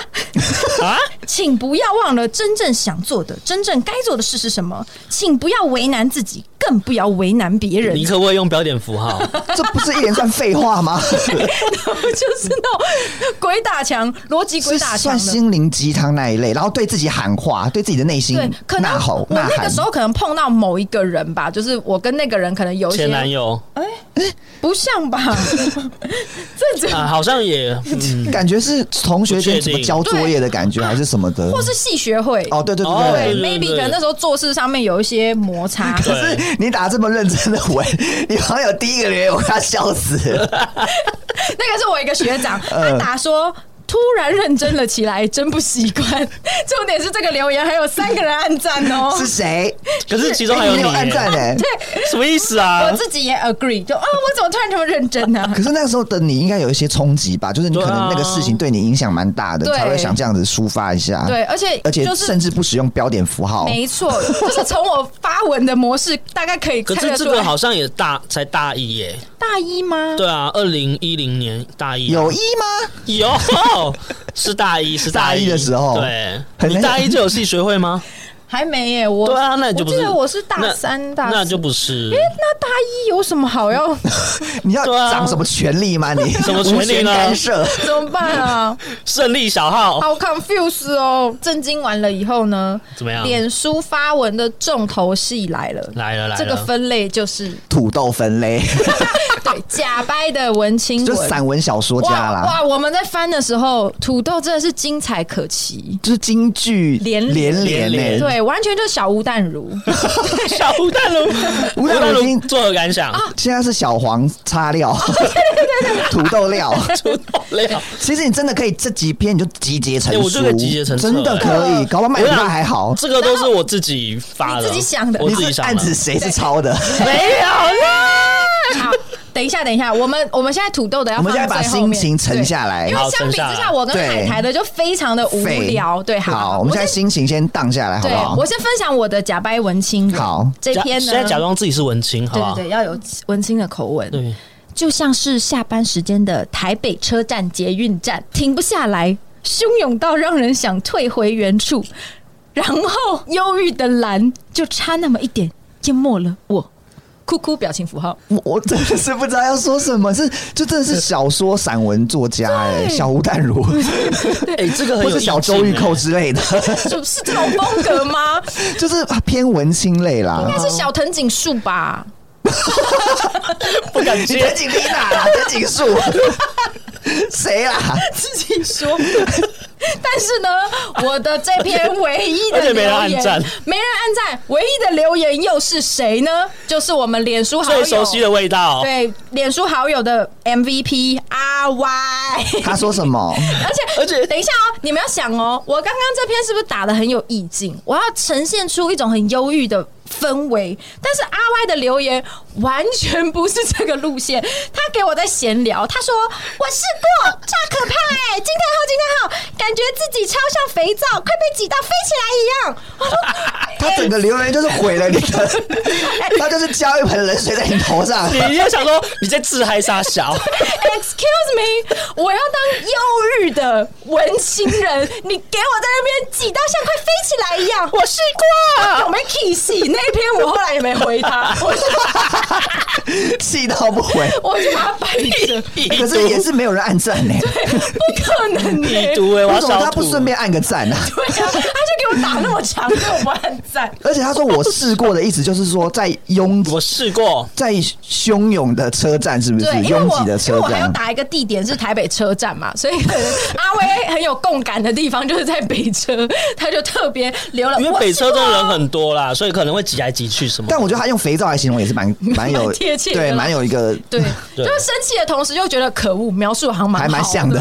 <laughs>
啊？
请不要忘了真正想做的、真正该做的事是什么。请不要为难自己，更不要为难别人
你。可不可以用标点符号？
这不是一连串废话吗？
<laughs> 就是那种鬼打墙、逻辑鬼
是
打墙
算
的。
心灵鸡汤那一类，然后对自己喊话，对自己的内心
对，可能
呐吼
我
呐
那个
喊
时。候可能碰到某一个人吧，就是我跟那个人可能有一
前男
些
友
不像吧，
<laughs>
这种
啊，好
<laughs>
像也嗯
感觉是同学间怎么交作业的感觉，还是什么的？
或是戏学会
哦，对对
哦
对
对
对
对。
，maybe
对
可能那时候做事上面有一些摩
<laughs>
擦，
可是你打这么认真的文，你网友第一个留言我快要笑死了。
<laughs> 那个是我一个学
<laughs>
长，
嗯
他打说。突然认真了起来，真不习惯。 <laughs> 重点是这个留言还有三个人按赞哦，
<laughs>
是谁？
可是其中还
哎
有
你
你
有暗赞
耶，
<laughs>
哎。
什么意思啊
我？自己也 agree，就啊、我怎么突然这么认真呢、啊
可是那个时候的你应该有一些冲击吧？就是你可
啊
能那个事情对你影响蛮大的，
对
才会想这样子抒发一
啊
下。，
对，而且
而且
就是
甚至不使用标点符
哦
号。
没错，就是从我发文的模式，大概可以
可
看
是
得
这
出
个
来。
好像也大才大一耶，
大一吗？
对啊，二零一零年大一啊
有一吗？
有是大一是
大
一
一的时候
对，
很
你大一就有戏学会吗？
还没耶。我
对啊，那你就
我
不
记
是。
得我是大
那
三、大
那
四
就不是。
那大一有什么好要 <laughs>
你要
对啊
长什么权利吗？你
什么权利呢啊
无权干涉？
怎么办啊？
胜利小号
好 confuse 哦！震惊完了以后呢，
怎么样？
脸书发文的重头戏来了，
来了来了，
这个分类就是 <laughs>
土豆分类，
对假掰的文青
就
文
是。散文小说家
哇
啦，
哇！我们在翻的时候，土豆真的是精彩可期，
就是京剧
连
连欸
连
连呢。
对，完全就是小吴淡
<laughs>
如。
小吴淡如，
吴淡如已经
作何感想？
啊
现在是小黄擦
<laughs>
料，土豆料。
出道料，
其实你真的可以这几篇你就集结成
哎我
书，
觉得可以集结成册
真的可
啊
以，搞不好卖不卖还好。
这个都是我自己发的，
你自己想的
我
你
自己
是
想
暗指
的。
谁是抄的？
没有啦，
<laughs> 好，等一下，等一下，我们我们现在土豆的要
我
放
们
在
现在把
最后
心
面
情沉
对
下来
因。为相比之下，我跟海苔的就非常的无聊。对，好，
好，我们现在
先
心情先荡下来，好
对
不好
我？先分享我的假掰文青文。
好
这篇呢，
现在假装自己是文青，好
对
不好
对？对，要有文青的口吻。
对，
就像是下班时间的台北车站捷运站，停不下来，汹涌到让人想退回原
<laughs>
处。然后忧郁的蓝就差那么一点淹没了我，哭哭表情符
<laughs>
号。
我我真的是不知道要说什么，是就真的是小说散文作家哎，小吴淡如，
哎，这个很
或
有
是小
意境
周玉
哎
蔻之类的，
是是这种风格
<laughs>
吗？
<laughs> 就是偏文青类啦
应。该是小藤井树吧？
不敢
你
接
藤。井丽娜啦，藤井树， <laughs> 谁啦？
自己说。但是呢，我的这篇唯一的
而且
留
没人
言，
按赞
没人按赞唯一的留言又是谁呢？就是我们脸书好友
最熟悉的味道，
对脸书好友的 MVP 阿 Y。
他说什么？
而且
而且
等一下哦，你们要想哦，我刚刚这篇是不是打的很有意境？我要呈现出一种很忧郁的氛围，但是阿 Y 的留言完全不是这个路线，他给我在闲聊，他说我试过，超可怕哎、惊叹号惊叹号，感觉自己超像肥皂，快被挤到飞起来一
<laughs>
样。哦我说
他整个留言就是毁了你的，
哎
他就是浇一盆冷水在你头上。
你就想说你在自嗨傻
<laughs>
小，
Excuse me，我要当忧郁的文青人，你给我在那边挤到像快飞起来一样，我试过，有没 kiss 那一篇我后来也没回
<laughs>
他，我就
气到不回。
我就把它摆着，
哎
欸可是也是没有人按赞呢、
不可能的、
已读哎，我
为
要
什么
小
他不
吐。
顺便按个赞呢、啊？ <laughs>
对啊，他就给我打那么长，给我按赞。
而且他说我试过的意思就是说，在拥
我试过，
在汹涌的车站是不是
对，因为
拥
我
挤的
因为
车
我还要
站？
打一个地点是台北车站嘛，所以可能阿威很有共感的地方就是在北车，他就特别留了。
因
我
为北车
试过
真的人很多啦，所以可能会挤来挤去什么的。
但我觉得他用肥皂来形容也是蛮蛮有
<laughs> 蛮贴切的啦
对，蛮有一个
对，
对
就是生气的同时又觉得可恶，描述得好像蛮
还蛮
好啊
像的。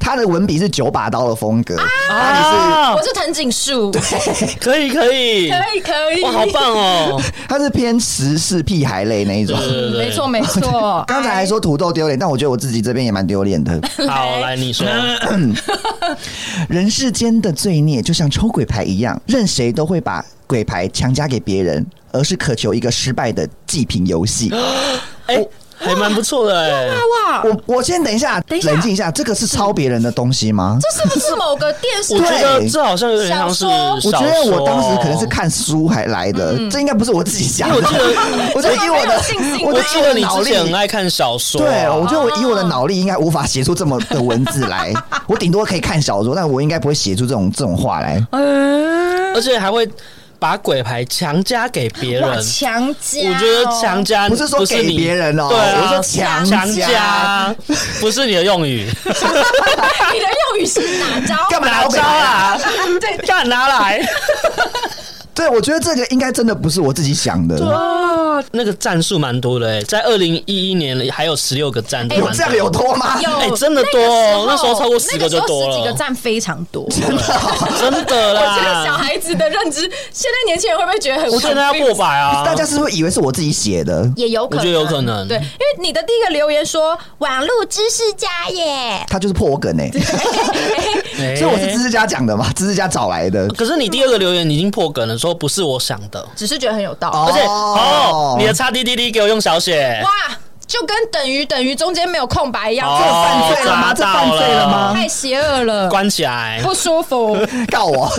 他的文笔是九把刀的风格，他
我是藤井树，可
啊可以可以，
以可以，
哇，好棒
<laughs>
哦！
你是他是偏时事屁孩类那一种。
对
嗯，没错没错。
<laughs> 刚才还说土豆丢脸，但我觉得我自己这边也蛮丢脸的。
好，来你说，
人世间的罪孽就像抽鬼牌一样，任谁都会把鬼牌强加给别人，而是渴求一个失败的祭品游戏。
哎，还蛮不错的哎、
哇，
我我先等一下，
啊等一下
冷静一下，这个是抄别人的东西吗？
这是不是某个电视
<laughs> 我
剧
觉得这好像有点像是
小
我
小
觉
说
得我当时可能是看书还来的，这应该不是我自己想的。我
记得
<laughs> 我觉得以我
嗯没有
的
信心，
的
我记得你
脑
之
力
前很爱看小说、
对，
啊，
我觉得我以我的脑力应该无法写出这么的文字
<laughs>
来，我顶多可以看小说，但我应该不会写出这种这种话来。
哎
而且还会把鬼牌强加给别人
哇，。强加哦，
我觉得强加
不是说给
你
别人哦
对啊，
我说强
强
加 <laughs>
加，不是你的用语，
你的用语是哪招？
干嘛
哪
<laughs> 拿
招
我鬼牌
啊？ <laughs>
对，
干拿来？
对，我觉得这个应该真的不是我自己想的。
啊
那个战术蛮多的哎、在二零一一年还有十六个战术，
有这哎样有多吗？
有、
哎真的多哦那时候超过十
那
个就多了
时候十几个赞非常多。
真的
我觉得小
啦。
孩子的认知，现在年轻人会不会觉得很？
我现在要破百啊！
大家是不是以为是我自己写的？
也有可能，
我觉得有可能
对，因为你的第一个留言说网络知识家耶， <laughs>
他就是破我梗哎、
哎
所以我是知识家讲的嘛，知识家找来的。
可是你第二个留言已经破梗了，说不是我想的，
只是觉得很有道理。
哦
而且哦，你的叉 D D D 给我用小写，
哇，就跟等于等于中间没有空白一样，
哦
这种
犯罪了吗？
哦
这犯罪了
抓到
吗？
啊太邪恶了，
关起来。
不舒服。
告我！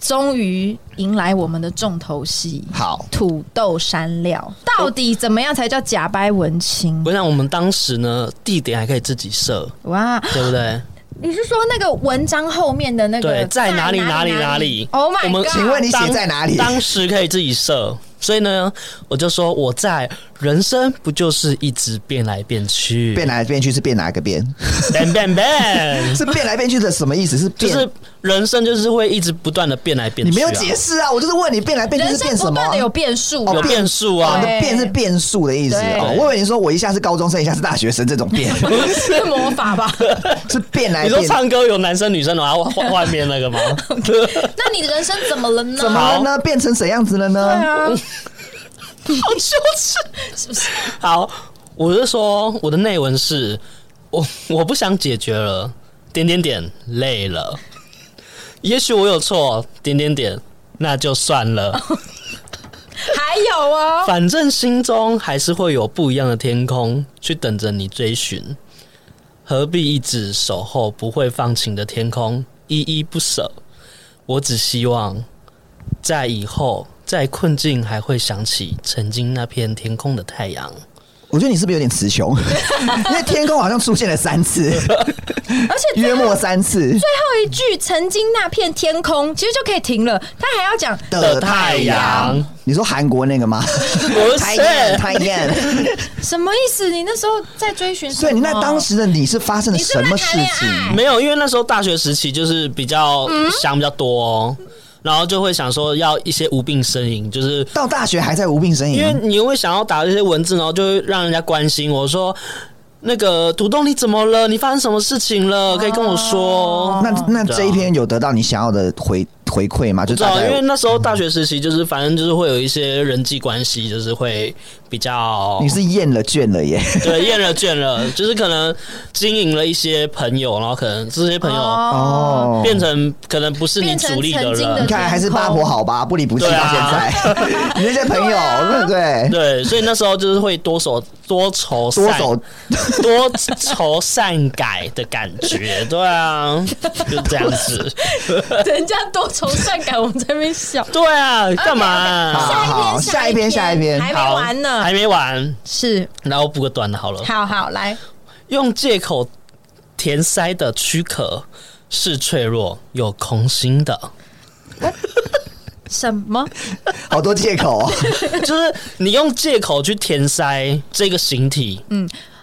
终于迎来我们的重头戏，
好
土豆山料到底怎么样才叫假掰文青
我？想我们当时呢，地点还可以自己设，
哇，
对不
<laughs>
对？
你是说那个文章后面的那个
对，在哪里
哪
哪里
哪
哪里
？Oh
我
my
们
god！
请问你写在哪里
当当时可以自己设，所以呢，我就说我在人生不就是一直变来变去， <laughs>
变来变去是变哪个变？
变变变，
是 <laughs> 变来变去的什么意思？是
就
变？
是人生就是会一直不断的变来变去、啊。
你没有解释啊！我就是问你变来变去
人
是
生
变
不
什么
断
啊？
的有变数，
有变数
哦，
啊
你
对
的变是变数的意思
对
哦。我以为你说我一下是高中生，一下是大学生，这种变
是魔法
<laughs>
吧？
是变来
你说
变。
唱歌有男生女生 <laughs> 的，然后换换边那个吗？
那你的人生怎么了呢？
<laughs>
怎么了呢？变成怎样子了
对
呢？
啊，
好羞耻，是不是？好，我是说我的内文是，我我不想解决了，点点点累了，也许我有错，点点点那就算了，
还有哦，
反正心中还是会有不一样的天空去等着你追寻，何必一直守候不会放晴的天空，依依不舍？我只希望在以后。在困境还会想起曾经那片天空的太阳，
我觉得你是不是有点词穷？因为天空好像出现了三次，
而且最
约
后
莫三次
一句“曾经那片天空”其实就可以停了，他还要讲
的太阳。
你说韩国那个吗？
不
太
是
阳，太阳。
什么意思？你那时候在追寻什么，
<laughs> 所以你那当时的你是发生了什么事
你是不是在谈恋
情？
没有，因为那时候大学时期就是比较想比较多、哦，然后就会想说要一些无病呻吟，就是
到大学还在无病呻
因为
吟，
你会想要打这些文字，然后就会让人家关心我说。那个土豆，你怎么了？你发生什么事情
哦
了？可以跟我说。
那那这一篇有得到你想要的回回馈吗？就
不知
大
道，啊因为
概嗯
那时候大学时期，就是反正就是会有一些人际关系，就是会比较
你是厌了倦了耶，
对厌了倦了，就是可能经营了一些朋友，然后可能这些朋友
哦，
<laughs> 哦。
变成可能不是你主力的
变成曾经的
人
你，看还是八婆好吧，不离不弃
对
到
啊
现在， <laughs> 你那些朋友对不对？
对，所以那时候就是会多手多愁善
多手
多愁善改的感觉，对
<laughs>
啊，就这样子，
哦人家多愁善感，我们这边笑。
对啊，干嘛啊、
好好
下一
下一篇下一篇
还没
好
完呢
还。没完，
是，
然后补个短的好了，
好好来，
用借口填塞的躯壳是脆弱又空心的，
什么？
好多借口哦，
嗯
就是你用借口去填塞这个形体，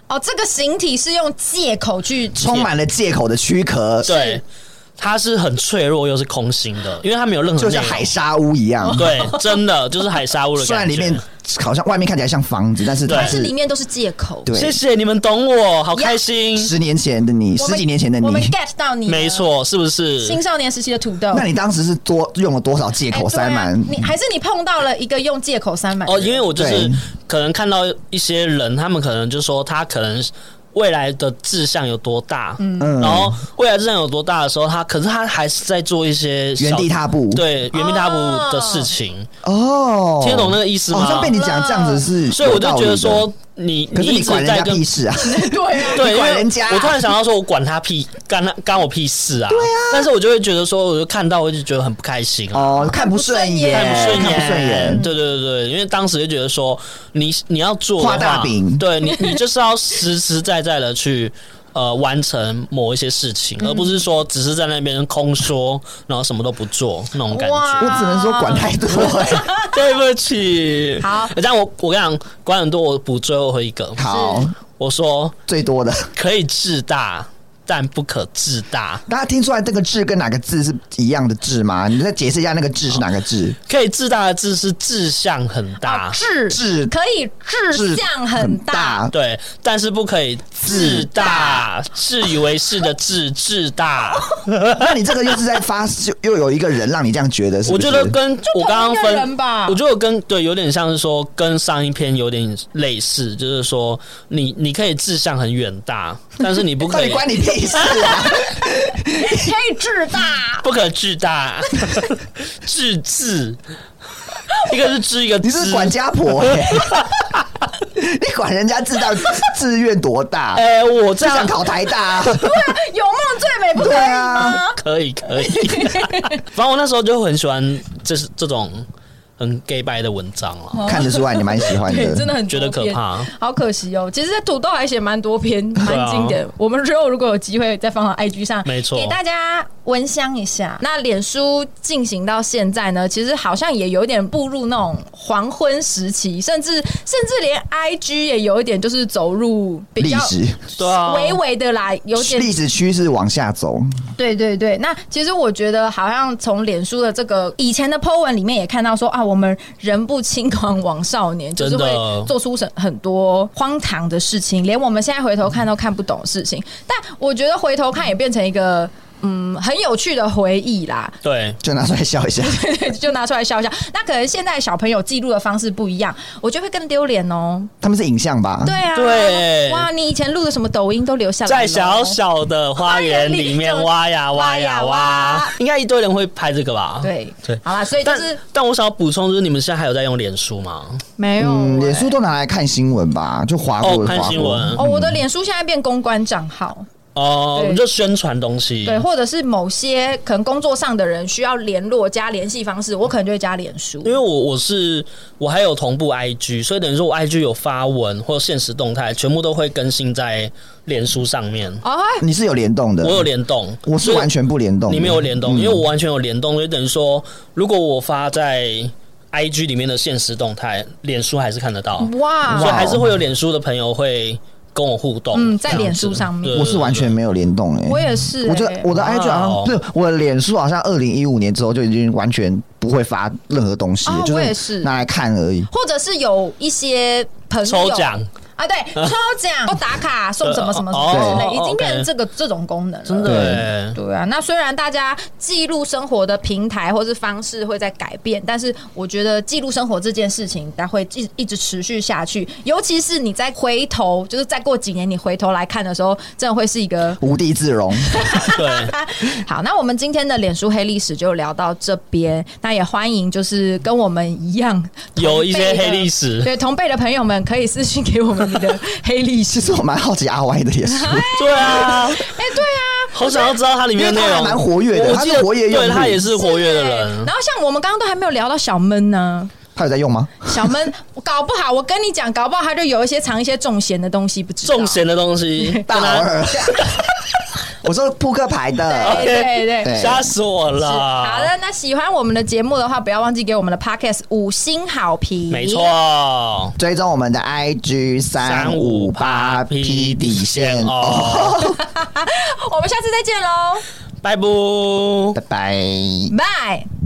哦，这个形体是用借口去
充满了借口的躯壳，
对，它是很脆弱又是空心的，因为它没有任何
就
内
像
容。
海沙屋一样。
对，真的就是海沙屋的感觉。
<laughs> 虽然里面好像外面看起来像房子，但是它
对
是里
是
面都是借口。
谢
对
谢你们懂我，好开心。
十年前的你，
我们
十几年前的
我们
你，
get 到你，
没，错，是不是？
青少年时期的土豆。
那你当时是多用了多少借
哦哎
口塞满？
对啊你还是你碰到了一个用借口塞满的
哦，
人
因为我就是
对
可能看到一些人，他们可能就说他可能未来的志向有多大，嗯，
嗯，
然后未来志向有多大的时候，他可是他还是在做一些小
原地踏步，
对原地踏步的事情，
哦，
听得懂那个意思
哦
吗？
好像被你讲这样子是，
所以我就觉得，说你，
可是
一
你
直
管人
在
家
跟
屁事啊！
对啊，
对，因
管
为
人家
我突然想到说，我管他屁，干他干我屁事啊！对啊，但是我就会觉得说，我就看到我就觉得很不开心啊。
哦，看不顺眼，
看不顺眼，
哦看不顺眼，
对对对对，因为当时就觉得说，你你要做的话
画大饼
对你你就是要实实在在的去呃完成某一些事情，
嗯
而不是说只是在那边空说，然后什么都不做那种感觉。
哇
我只能说管太多欸了。
<laughs> 对不起，
好
但我我跟你讲，管很多，我补最后一个，
好，
我说
最多的，
可以自大，但不可自大。
大家听出来这个“字跟哪个字是一样的“字吗？你再解释一下那个“字是哪个“字？
可以自大的自是志向很大，
志
志
可以志向很大，，
对，但是不可以自大，自以为是的自自 <laughs> 大。
那你这个又是在发，又又有一个人让你这样觉得，是
我
不是
觉得跟我刚
同
刚
一个人
分
吧
我觉得我跟对有点像是说跟上一篇有点类似，就是说你你可以志向很远大，但是你不
到
可
底
以
关你屁事啊！
可以志大。
不可自大，自治。一个是知，一个
你是
知
管家婆欸 <laughs> 你管人家志到志愿多大？
哎、我这
就想
样
考台大
<laughs>
啊，
有梦最美，不可以
对
<laughs> 吗？
啊
可以可以。反正我那时候就很喜欢，就是这种很 gay 白的文章啊，
看得出来你蛮喜欢
哎对，真
的。
的很
觉得
多
可
篇
怕。
好可惜哦。其实土豆还写蛮多篇，蛮
啊
经典。我们之后如果有机会再放到 IG 上，
没错
给大家闻香一下。那脸书进行到现在呢，其实好像也有点步入那种黄昏时期，甚至甚至连 IG 也有一点就是走入比
历
较。
史
对啊，
微微的啦，有点
历史趋势往下走，
对对对，那其实我觉得好像从脸书的这个以前的 po 文里面也看到说啊，我们人不轻狂枉少年，就是
真
会
的
做出很很多荒唐的事情，连我们现在回头看都看不懂的事情。但我觉得回头看也变成一个。嗯，很有趣的回忆啦， <laughs>
对，
就拿出来笑一下。
就拿出来笑一笑。那可能现在小朋友记录的方式不一样，我觉得会更丢脸哦。
他们是影像吧？
对啊，
对
哇，你以前录的什么抖音都留下来了
在
哦，
小小的花园里面挖呀挖呀挖，应该一堆人会拍这个吧？
对
对
好啦，所以就
但
是
但我想要补充，就是你们现在还有在用脸书吗？
没有、
嗯，
欸
脸书都拿来看新闻吧，就划
哦，
过
看
划
新
过。
闻
哦，我的脸书现在变公关账号，
哦，
对
你就宣传东西。
对，或者是某些可能工作上的人需要联络加联系方式，我可能就会加脸书
因。为我我是我还有同步 IG，所以等于说我 IG 有发文或现实动态，全部都会更新在脸书上面。
哦，
你是有联动的，
我有联动，
我是完全不联动的。
你没有联动，
嗯
因为我完全有联动，所以等于说，如果我发在 IG 里面的现实动态，脸书还是看得到，所以
哇，
还是会有脸书的朋友会跟我互动。
嗯在脸书
这样子
上面
对
我是完全没有联动哎。
我也是、欸，
我觉得我的 IG
哇哦
好像不是我的脸书，好像二零一五年之后就已经完全不会发任何东西了，
哦
就
我也是
拿来看而已。
或者是有一些朋友
抽奖，
啊，对，抽
<laughs>
奖都打卡送什么什么什么之类，
对
已经变成
哦 OK
这个这种功能了。
真的
对啊，那虽然大家记录生活的平台或是方式会在改变，但是我觉得记录生活这件事情，它会一一直持续下去。尤其是你再回头，就是再过几年你回头来看的时候，真的会是一个啊
无地自容， <laughs>
对，
好，那我们今天的脸书黑历史就聊到这边。那也欢迎就是跟我们一样
有一些
同辈的
黑历史
对同辈的朋友们可以私信给我们你的黑历史
其。实我蛮好奇阿 Y 的
<laughs>
脸书，
对啊，
哎、对啊，
好想要知道它里面的内
因为
容，
它还蛮活跃的
我
它
记
是
得
活跃用户
对他也是活跃的人。
然后像我们刚刚都还没有聊到小闷呢、
他有在用吗？
小闷搞不好我跟你讲，搞不好他就有一些藏一些重咸的东西，不知道
重。咸的东西，
大
跟
老
他
二， <laughs> 我说扑克牌的，
对对对。
对
吓死我
是
了。
好的，那喜欢我们的节目的话，不要忘记给我们的 podcast 五星好评。
没错，
追踪我们的 IG 三五八 P 底线哦，
哦，
我们下次再见喽，
拜拜。
拜拜。
拜。